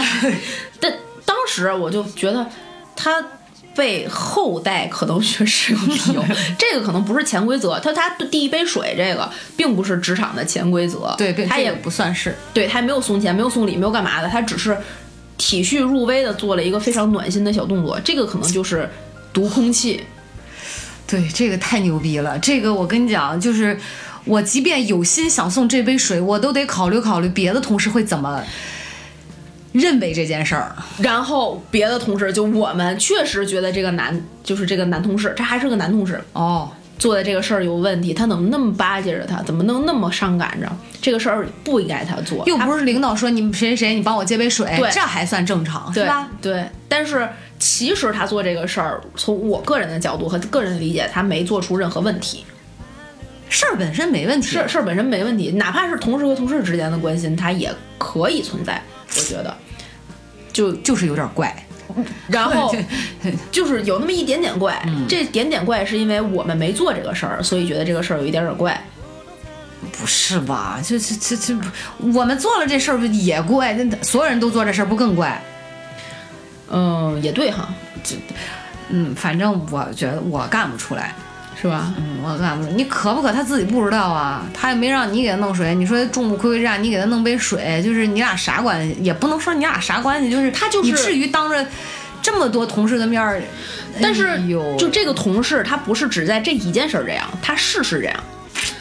S1: 但当时我就觉得他被后代可能学是有理
S2: [laughs]
S1: 由，这个可能不是潜规则。他他第一杯水这个并不是职场的潜规则，
S2: 对，对
S1: 他也
S2: 这个不算是
S1: 对他也没有送钱，没有送礼，没有干嘛的，他只是体恤入微的做了一个非常暖心的小动作。这个可能就是读空气，
S2: 对，这个太牛逼了。这个我跟你讲，就是我即便有心想送这杯水，我都得考虑考虑别的同事会怎么认为这件事儿。
S1: 然后别的同事就我们确实觉得这个男就是这个男同事，他还是个男同事，
S2: 哦，
S1: 做的这个事儿有问题，他怎么那么巴结着他，怎么能那么伤感着？这个事儿不应该他做，
S2: 又
S1: 他
S2: 不是领导说你们谁谁谁，你帮我接杯水，
S1: 对
S2: 这还算正常是
S1: 对
S2: 吧？
S1: 对，但是其实他做这个事儿，从我个人的角度和个人理解，他没做出任何问题，
S2: 事儿本身没问题，
S1: 事事儿本身没问题，哪怕是同事和同事之间的关心，他也可以存在，我觉
S2: [laughs]
S1: 得。就
S2: 就是有点怪。
S1: 然后就是有那么一点点怪，
S2: 嗯
S1: 这点点怪是因为我们没做这个事儿，所以觉得这个事儿有一点点怪。
S2: 不是吧？这这这这，我们做了这事儿不也怪？那所有人都做这事儿不更怪？
S1: 嗯，也对哈，
S2: 嗯，反正我觉得我干不出来，
S1: 是吧？
S2: 嗯，我干不出来。你渴不渴？他自己不知道啊，他也没让你给他弄水。你说众目睽睽之下，你给他弄杯水，就是你俩啥关系？也不能说你俩啥关系，就是
S1: 他就是
S2: 你至于当着这么多同事的面儿，
S1: 但是
S2: 哎呦
S1: 就这个同事，他不是只在这一件事儿这样，他事事这样。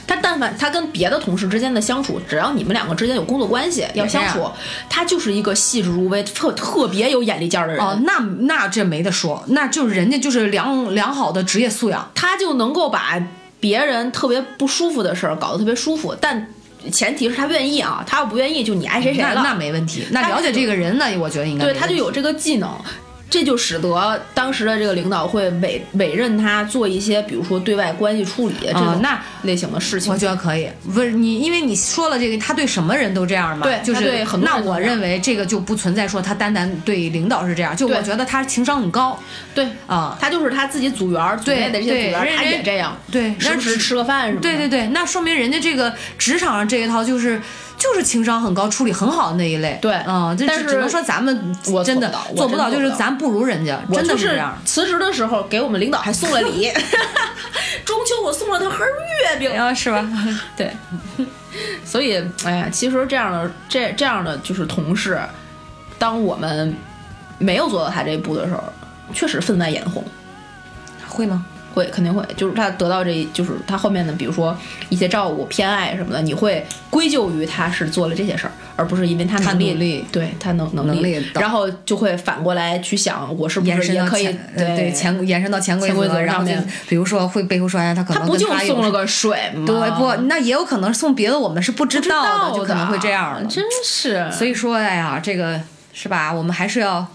S1: 他但凡他跟别的同事之间的相处，只要你们两个之间有工作关系要相
S2: 这
S1: 处
S2: 样，
S1: 他就是一个细致入微、特特别有眼力见儿的人。
S2: 哦，那那这没得说，那就是人家就是良良好的职业素养。
S1: 他就能够把别人特别不舒服的事儿搞得特别舒服，但前提是他愿意啊，他要不愿意，就你爱谁谁
S2: 那
S1: 了。
S2: 那没问题，那
S1: 他
S2: 了解
S1: 就
S2: 这个人呢，我觉得应该
S1: 对，
S2: 没
S1: 他就
S2: 问题
S1: 有这个技能，这就使得当时的这个领导会委委任他做一些，比如说对外关系处理这
S2: 啊
S1: 种
S2: 那
S1: 类型的事情。
S2: 我觉得可以，不是你，因为你说了这个，他对什么人都这样嘛，
S1: 对
S2: 就
S1: 他
S2: 是
S1: 对很多
S2: 那
S1: 人都
S2: 我
S1: 这样
S2: 认为这个就不存在说他单单对领导是这样，就
S1: 对
S2: 我觉得他情商很高
S1: 对
S2: 啊、
S1: 他就是他自己组员儿组内的这些
S2: 对
S1: 组员儿，
S2: 人
S1: 他也这样，
S2: 对，
S1: 时
S2: 那
S1: 不时
S2: 只
S1: 吃个饭什么的。
S2: 对对对，那说明人家这个职场上这一套就是就是情商很高、处理很好的那一类。
S1: 对
S2: 嗯，这
S1: 但
S2: 只
S1: 是
S2: 只能说咱们
S1: 我
S2: 真的
S1: 做不到我
S2: 做不
S1: 真
S2: 到，
S1: 做
S2: 就
S1: 不
S2: 是
S1: 到
S2: 咱不如人家，
S1: 我
S2: 真的
S1: 就是
S2: 这
S1: 是
S2: 样。
S1: 辞职的时候给我们领导还送了礼， [laughs] 中秋我送了他盒月饼，
S2: 啊，是吧？
S1: 哎 [laughs] 对，所以哎呀，其实这样的这这样的就是同事，当我们没有做到他这一步的时候，确实分外眼红。
S2: 会吗？
S1: 会肯定会，就是他得到这一，就是他后面的，比如说一些照顾、偏爱什么的，你会归咎于他是做了这些事儿，而不是因为他
S2: 他
S1: 能力，
S2: 努力
S1: 对他能能
S2: 能力到
S1: 然后就会反过来去想，我是不
S2: 延
S1: 是
S2: 伸
S1: 也
S2: 到
S1: 可以
S2: 潜呃对潜延伸到潜规
S1: 潜规则
S2: 然
S1: 上
S2: 后就
S1: 面
S2: 比如说会背后说，哎呀，他可
S1: 他
S2: 能
S1: 不
S2: 跟
S1: 就
S2: 他有
S1: 送
S2: 什
S1: 了
S2: 么
S1: 个水吗？
S2: 对不？那也有可能送别的，我们啊是不知
S1: 知道
S2: 道的，就可能会这样了。
S1: 真是。
S2: 所以说，哎呀，这个是吧？我们还是要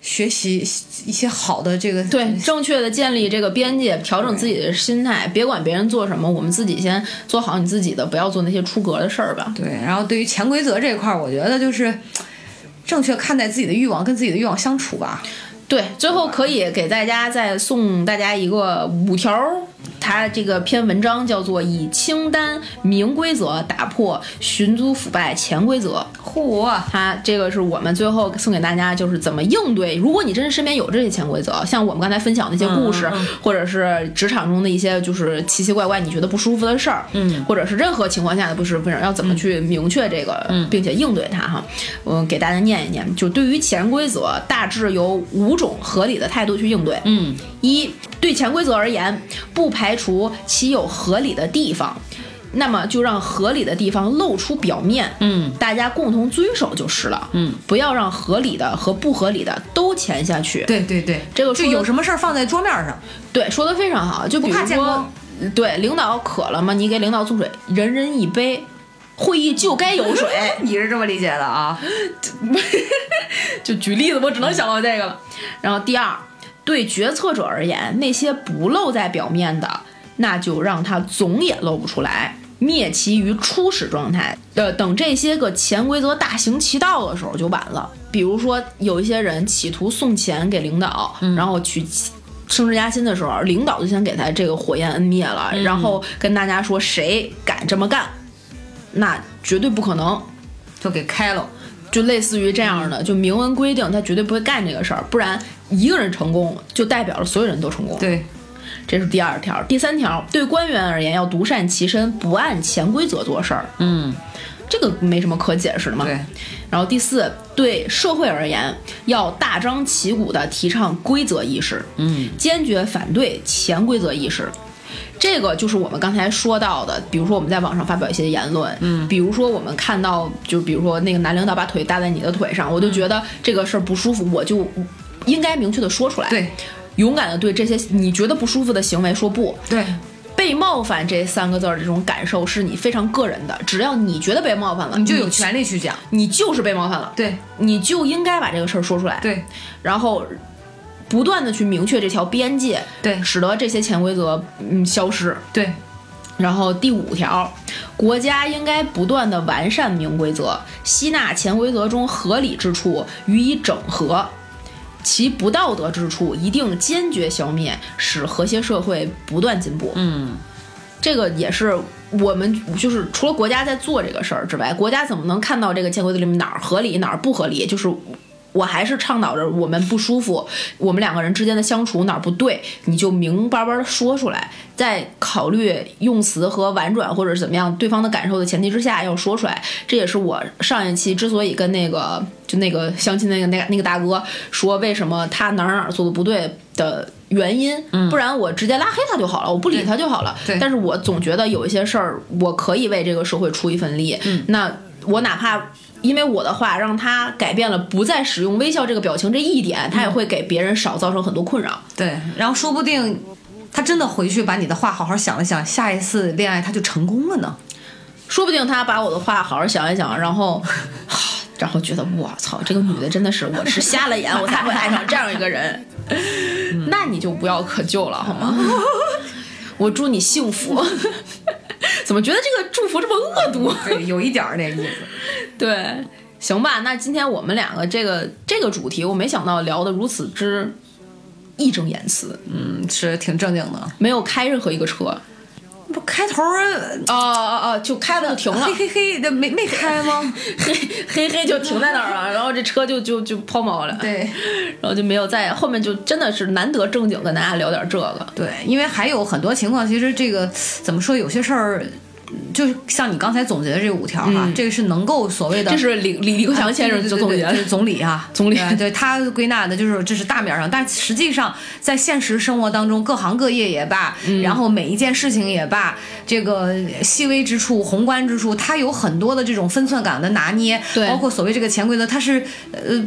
S2: 学习一些好的这个
S1: 对，正确的建立这个边界，调整自己的心态，别管别人做什么，我们自己先做好你自己的，不要做那些出格的事儿吧。
S2: 对。然后对于潜规则这一块儿，我觉得就是正确看待自己的欲望，跟自己的欲望相处吧。
S1: 对，最后可以给大家再送大家一个五条儿，它这个篇文章叫做《以清单明规则打破寻租腐败潜规则》。
S2: 嚯，
S1: 它这个是我们最后送给大家，就是怎么应对。如果你真是身边有这些潜规则，像我们刚才分享的那些故事，或者是职场中的一些就是奇奇怪怪你觉得不舒服的事儿，嗯，或者是任何情况下的不舒服的事儿，要怎么去明确这个，并且应对它哈。嗯，给大家念一念，就对于潜规则，大致有五种合理的态度去应对。嗯，一对潜规则而言，不排除其有合理的地方。那么就让合理的地方露出表面，嗯，大家共同遵守就是了，嗯，不要让合理的和不合理的都潜下去。
S2: 对对对，
S1: 这个
S2: 就
S1: 说
S2: 有什么事儿放在桌面上，
S1: 对，说的非常好，就比
S2: 不
S1: 如
S2: 怕见
S1: 说
S2: 光，
S1: 对，领导渴了吗？你给领导送水，人人一杯，会议就该有水。
S2: 你是这么理解的啊？
S1: 就举例子，我只能想到这个了。然后第二，对决策者而言，那些不露在表面的，那就让它总也露不出来，灭其于初始状态。呃，等这些个潜规则大行其道的时候就晚了。比如说，有一些人企图送钱给领导，然后去。升职加薪的时候，领导就先给他这个火焰摁灭了，然后跟大家说谁敢这么干，那绝对不可能。
S2: 就给开了。
S1: 就类似于这样的，就明文规定他绝对不会干这个事儿，不然一个人成功就代表了所有人都成功。，
S2: 对，
S1: 这是第二条。第三条，对官员而言要独善其身，不按潜规则做事儿，
S2: 嗯，
S1: 这个没什么可解释的嘛。
S2: 对。
S1: 然后第四，对社会而言要大张旗鼓地提倡规则意识，嗯，坚决反对潜规则意识。这个就是我们刚才说到的，比如说我们在网上发表一些言论，嗯，比如说我们看到，就比如说那个男领导把腿搭在你的腿上，我
S2: 嗯
S1: 就觉得这个事儿不舒服，我就应该明确的说出来，
S2: 对，
S1: 勇敢的对这些你觉得不舒服的行为说不，
S2: 对，
S1: 被冒犯这三个字儿的这种感受是你非常个人的，只要你觉得被冒犯了，
S2: 你就有权利去讲。
S1: 你就是被冒犯了，
S2: 嗯对
S1: 你就应该把这个事儿说出来，，
S2: 对
S1: 然后不断的去明确这条边界，
S2: 对
S1: 使得这些潜规则嗯消失。
S2: 对，
S1: 然后第五条，国家应该不断的完善明规则，吸纳潜规则中合理之处予以整合，其不道德之处一定坚决消灭，使和谐社会不断进步。
S2: 嗯，
S1: 这个也是我们就是除了国家在做这个事儿之外，国家怎么能看到这个潜规则里面哪儿合理哪儿不合理？就是。我还是倡导着我们不舒服，我们两个人之间的相处哪儿不对，你就明白白的说出来，在考虑用词和婉转或者是怎么样对方的感受的前提之下要说出来。这也是我上一期之所以跟那个就那个相亲那个那个那个大哥说为什么他哪儿哪儿做的不对的原因，不然我直接拉黑他就好了，我不理他就好了。
S2: 对
S1: 但是我总觉得有一些事儿，我可以为这个社会出一份力。那我哪怕因为我的话让他改变了不再使用微笑这个表情这一点，他也会给别人少造成很多困扰。
S2: 对，然后说不定他真的回去把你的话好好想了想，下一次恋爱他就成功了呢。
S1: 说不定他把我的话好好想一想，然后， [sighs] 然后觉得我操，这个女的真的是我是瞎了眼，我才会爱上这样一个人。那你就不要可救了好吗？我祝你幸福。怎么觉得这个祝福这么恶毒？
S2: [laughs] 对，有一点儿那意思。
S1: 对，行吧，那今天我们两个这个这个主题，我没想到聊得如此之义正言辞，
S2: 嗯，是挺正经的。
S1: 没有开任何一个车。
S2: 不开头儿
S1: 哦哦哦，就开了就停了
S2: 嘿，嘿嘿，这没没开吗？
S1: [laughs] 嘿嘿嘿就停在那儿了，然后这车就就就抛锚了，
S2: [laughs] 对
S1: 然后就没有在后面就真的是难得正经跟大家聊点这个，
S2: 对，因为还有很多情况，其实这个怎么说，有些事儿。嗯就是像你刚才总结的这五条哈，
S1: 嗯
S2: 这个是能够所谓的
S1: 这是李李李克强先生
S2: 对
S1: 就
S2: 对
S1: 总
S2: 对
S1: 结
S2: 对就是
S1: 的，
S2: 总理啊，
S1: [laughs] 总理
S2: 对对他归纳的就是这是大面上，但实际上在现实生活当中，各行各业也罢，
S1: 嗯
S2: 然后每一件事情也罢，这个细微之处、宏观之处，它有很多的这种分寸感的拿捏，
S1: 对
S2: 包括所谓这个潜规则，它是呃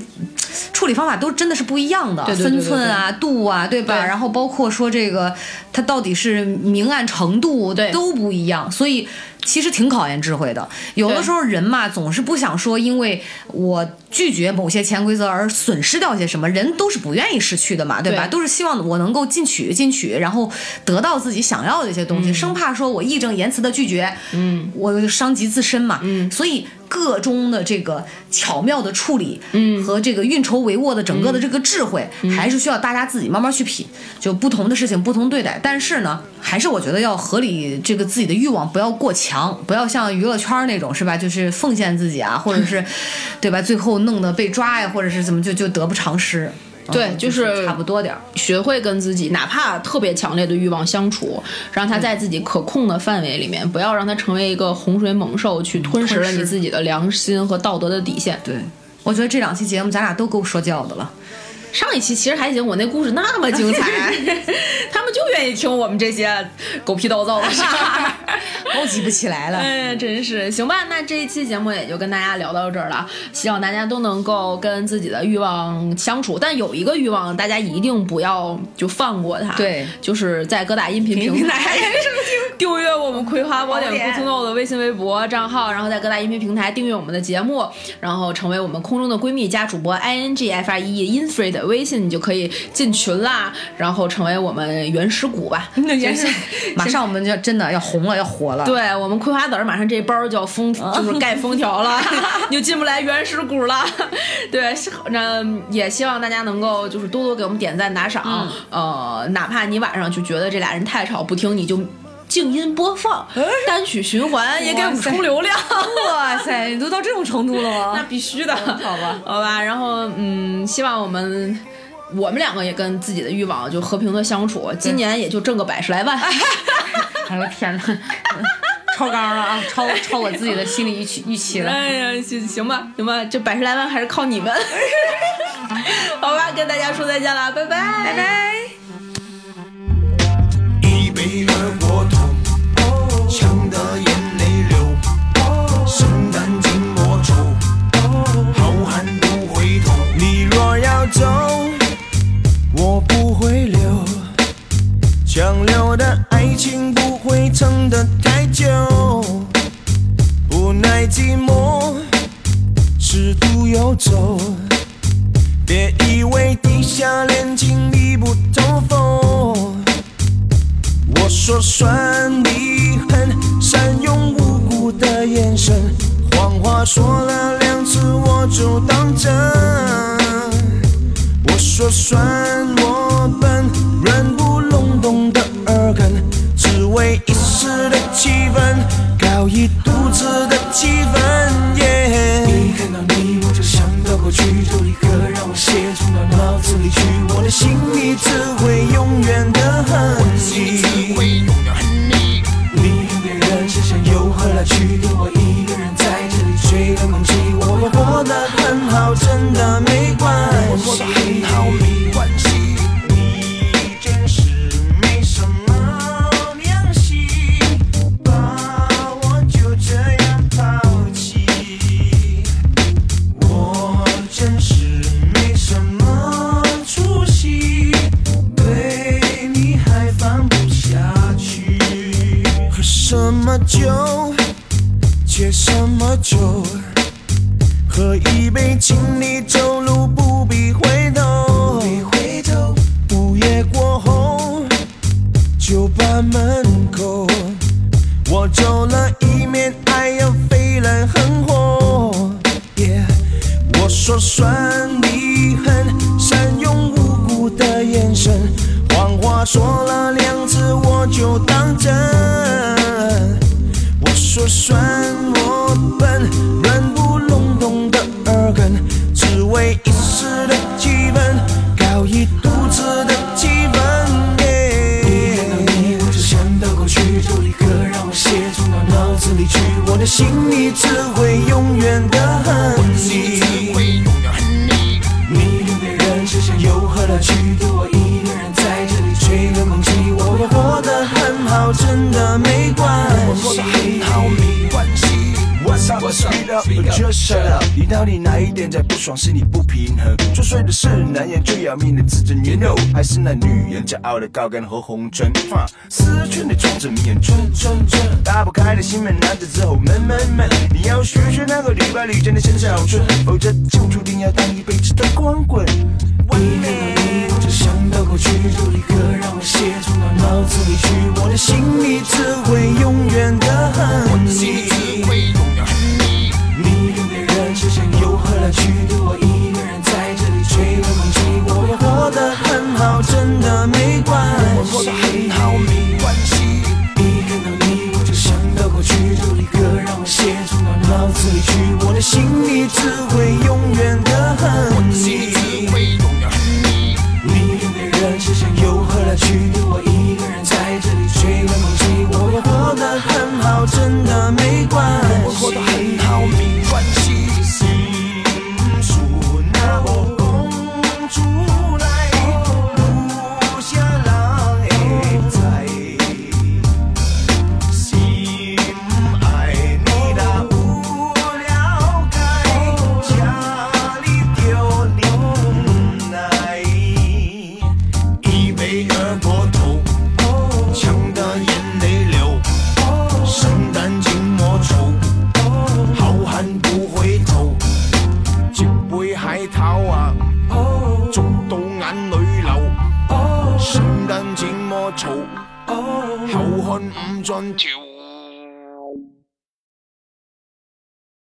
S2: 处理方法都真的是不一样的，
S1: 对对对
S2: 分寸啊、度啊，对吧？
S1: 对
S2: 然后包括说这个它到底是明暗程度
S1: 对
S2: 都不一样，所以。其实挺考验智慧的，有的
S1: 对
S2: 时候人嘛，总是不想说，因为我拒绝某些潜规则而损失掉些什么，人都是不愿意失去的嘛，对吧？
S1: 对
S2: 都是希望我能够进取进取，然后得到自己想要的一些东西，生怕说我义正言辞的拒绝，嗯，我就伤及自身嘛，嗯，所以各中的这个巧妙的处理，嗯，和这个运筹帷幄的整个的这个智慧，还是需要大家自己慢慢去品，就不同的事情不同对待，但是呢，还是我觉得要合理，这个自己的欲望不要过强，不要像娱乐圈那种是吧？就是奉献自己啊，或者 [laughs] 是，对吧？最后弄得被抓呀，或者是怎么就就得不偿失。
S1: 对
S2: 嗯
S1: 就
S2: 就是差不多点儿。
S1: 学会跟自己哪怕特别强烈的欲望相处，让它在自己可控的范围里面，不要让它成为一个洪水猛兽去吞噬了
S2: 吞噬
S1: 你自己的良心和道德的底线。
S2: 对，我觉得这两期节目咱俩都够说教的了。
S1: 上一期其实还行，我那故事那么精彩，他们就愿意听我们这些狗屁叨叨的事儿。 [laughs]
S2: 高级不起来 [laughs] 了。
S1: 哎呀，真是行吧？那这一期节目也就跟大家聊到这儿了，希望大家都能够跟自己的欲望相处，但有一个欲望大家一定不要就放过它，
S2: 对
S1: 就是在各大音频平台 [laughs] 订阅我们《葵花宝典 g o to Know》的微信、微博账号，然后在各大音频平台订阅我们的节目，然后成为我们空中的闺蜜加主播 i n g f r e in free 的微信，你就可以进群啦，然后成为我们原始股 [laughs] 吧。
S2: 那也是，马上我们就要真的要红了，要火了。
S1: 对我们葵花籽儿马上这包就要封，就是盖封条了，你就进不来原始股了。对，是那也希望大家能够就是多多给我们点赞打赏，呃，哪怕你晚上就觉得这俩人太吵不听，你就。静音播放，单曲循环也给我们充流量，
S2: 哇塞，你都到这种程度了
S1: 那
S2: 吗？
S1: 必须的，好
S2: 吧，
S1: [laughs] 好吧。然后，嗯，希望我们我们两个也跟自己的欲望就和平的相处，今年也就挣个百十来万。
S2: [laughs] 哎呦天哪，嗯超纲了啊，超超我自己的心理预期预期了。
S1: 哎呀，行行吧，行吧，这百十来万还是靠你们。 [laughs] 好吧，跟大家说再见了，拜拜，拜拜。
S4: 一杯二锅头，呛得眼泪流，身担紧莫愁，好汉不回头。你若要走，我不会留，强留的爱情不会撑得太久，无奈寂寞，适度游走。别以为低下脸睛密不透风。我说算你狠，善用无辜的眼神，谎话说了两次我就当真。我说算我笨，软不隆咚的耳根，只为一时的气氛，搞一肚子的气氛。耶。一看到你我就想到过去，独立可让我写进到脑子里去，我的心里只会永远的恨你。你跟别人身上又何来去？留我一个人在这里吹冷空气，我们活得很好，真的没关系。我活得很好，没关系。你真是没什么良心，把我就这样抛弃。我真是没什么出息，对你还放不下去。喝什么酒，借什么酒，喝一杯，请你走路不必回头。午夜过后，酒吧门口，我走了一面，爱又飞来横祸。耶我说算你狠，善用无辜的眼神，谎话说了两次我就当真。
S6: 为一时的气氛，搞一肚子的气氛。一想到你，我就想到过去，这一刻让我写进到脑子里去，我的心里只会永远的恨你。你留给人吃香又喝了去，独我一个人在这里吹冷空气。我会活得很好，真的没关系。What's up? Speed up, just shut up！你到底哪一点在不爽？是你不平衡？作祟的是男人最要命的自尊，you know？还是那女人骄傲的高跟和红唇？哈丝裙的穿着迷人，穿穿穿，打不开的心门，男子之后闷闷闷。你要学学那个李白李真的沈小春，否则就注定要当一辈子的光棍。一看到你，我就想到过去，这一刻让我写进到脑子里去，我的心里只会永远的恨你。你留给人吃香又喝了去，独我一个人在这里吹冷空气。我也活得很好，真的没关系。一看到你，我就想到过去，这一刻让我写进到脑子里去，我的心里只会永远的恨你。你留给人吃香又喝了去，独我一个人在这里吹冷空气。我也活得很好，真的没关系。我活得很好，没关系。心属那我公主来，不下浪的在。心爱你若有了解，请你着忍耐。一杯二锅头，呛得眼泪流。圣诞静默愁，好汉不回头。一杯海涛啊，捉到眼淚流。聖誕節莫嘈，後漢唔盡調。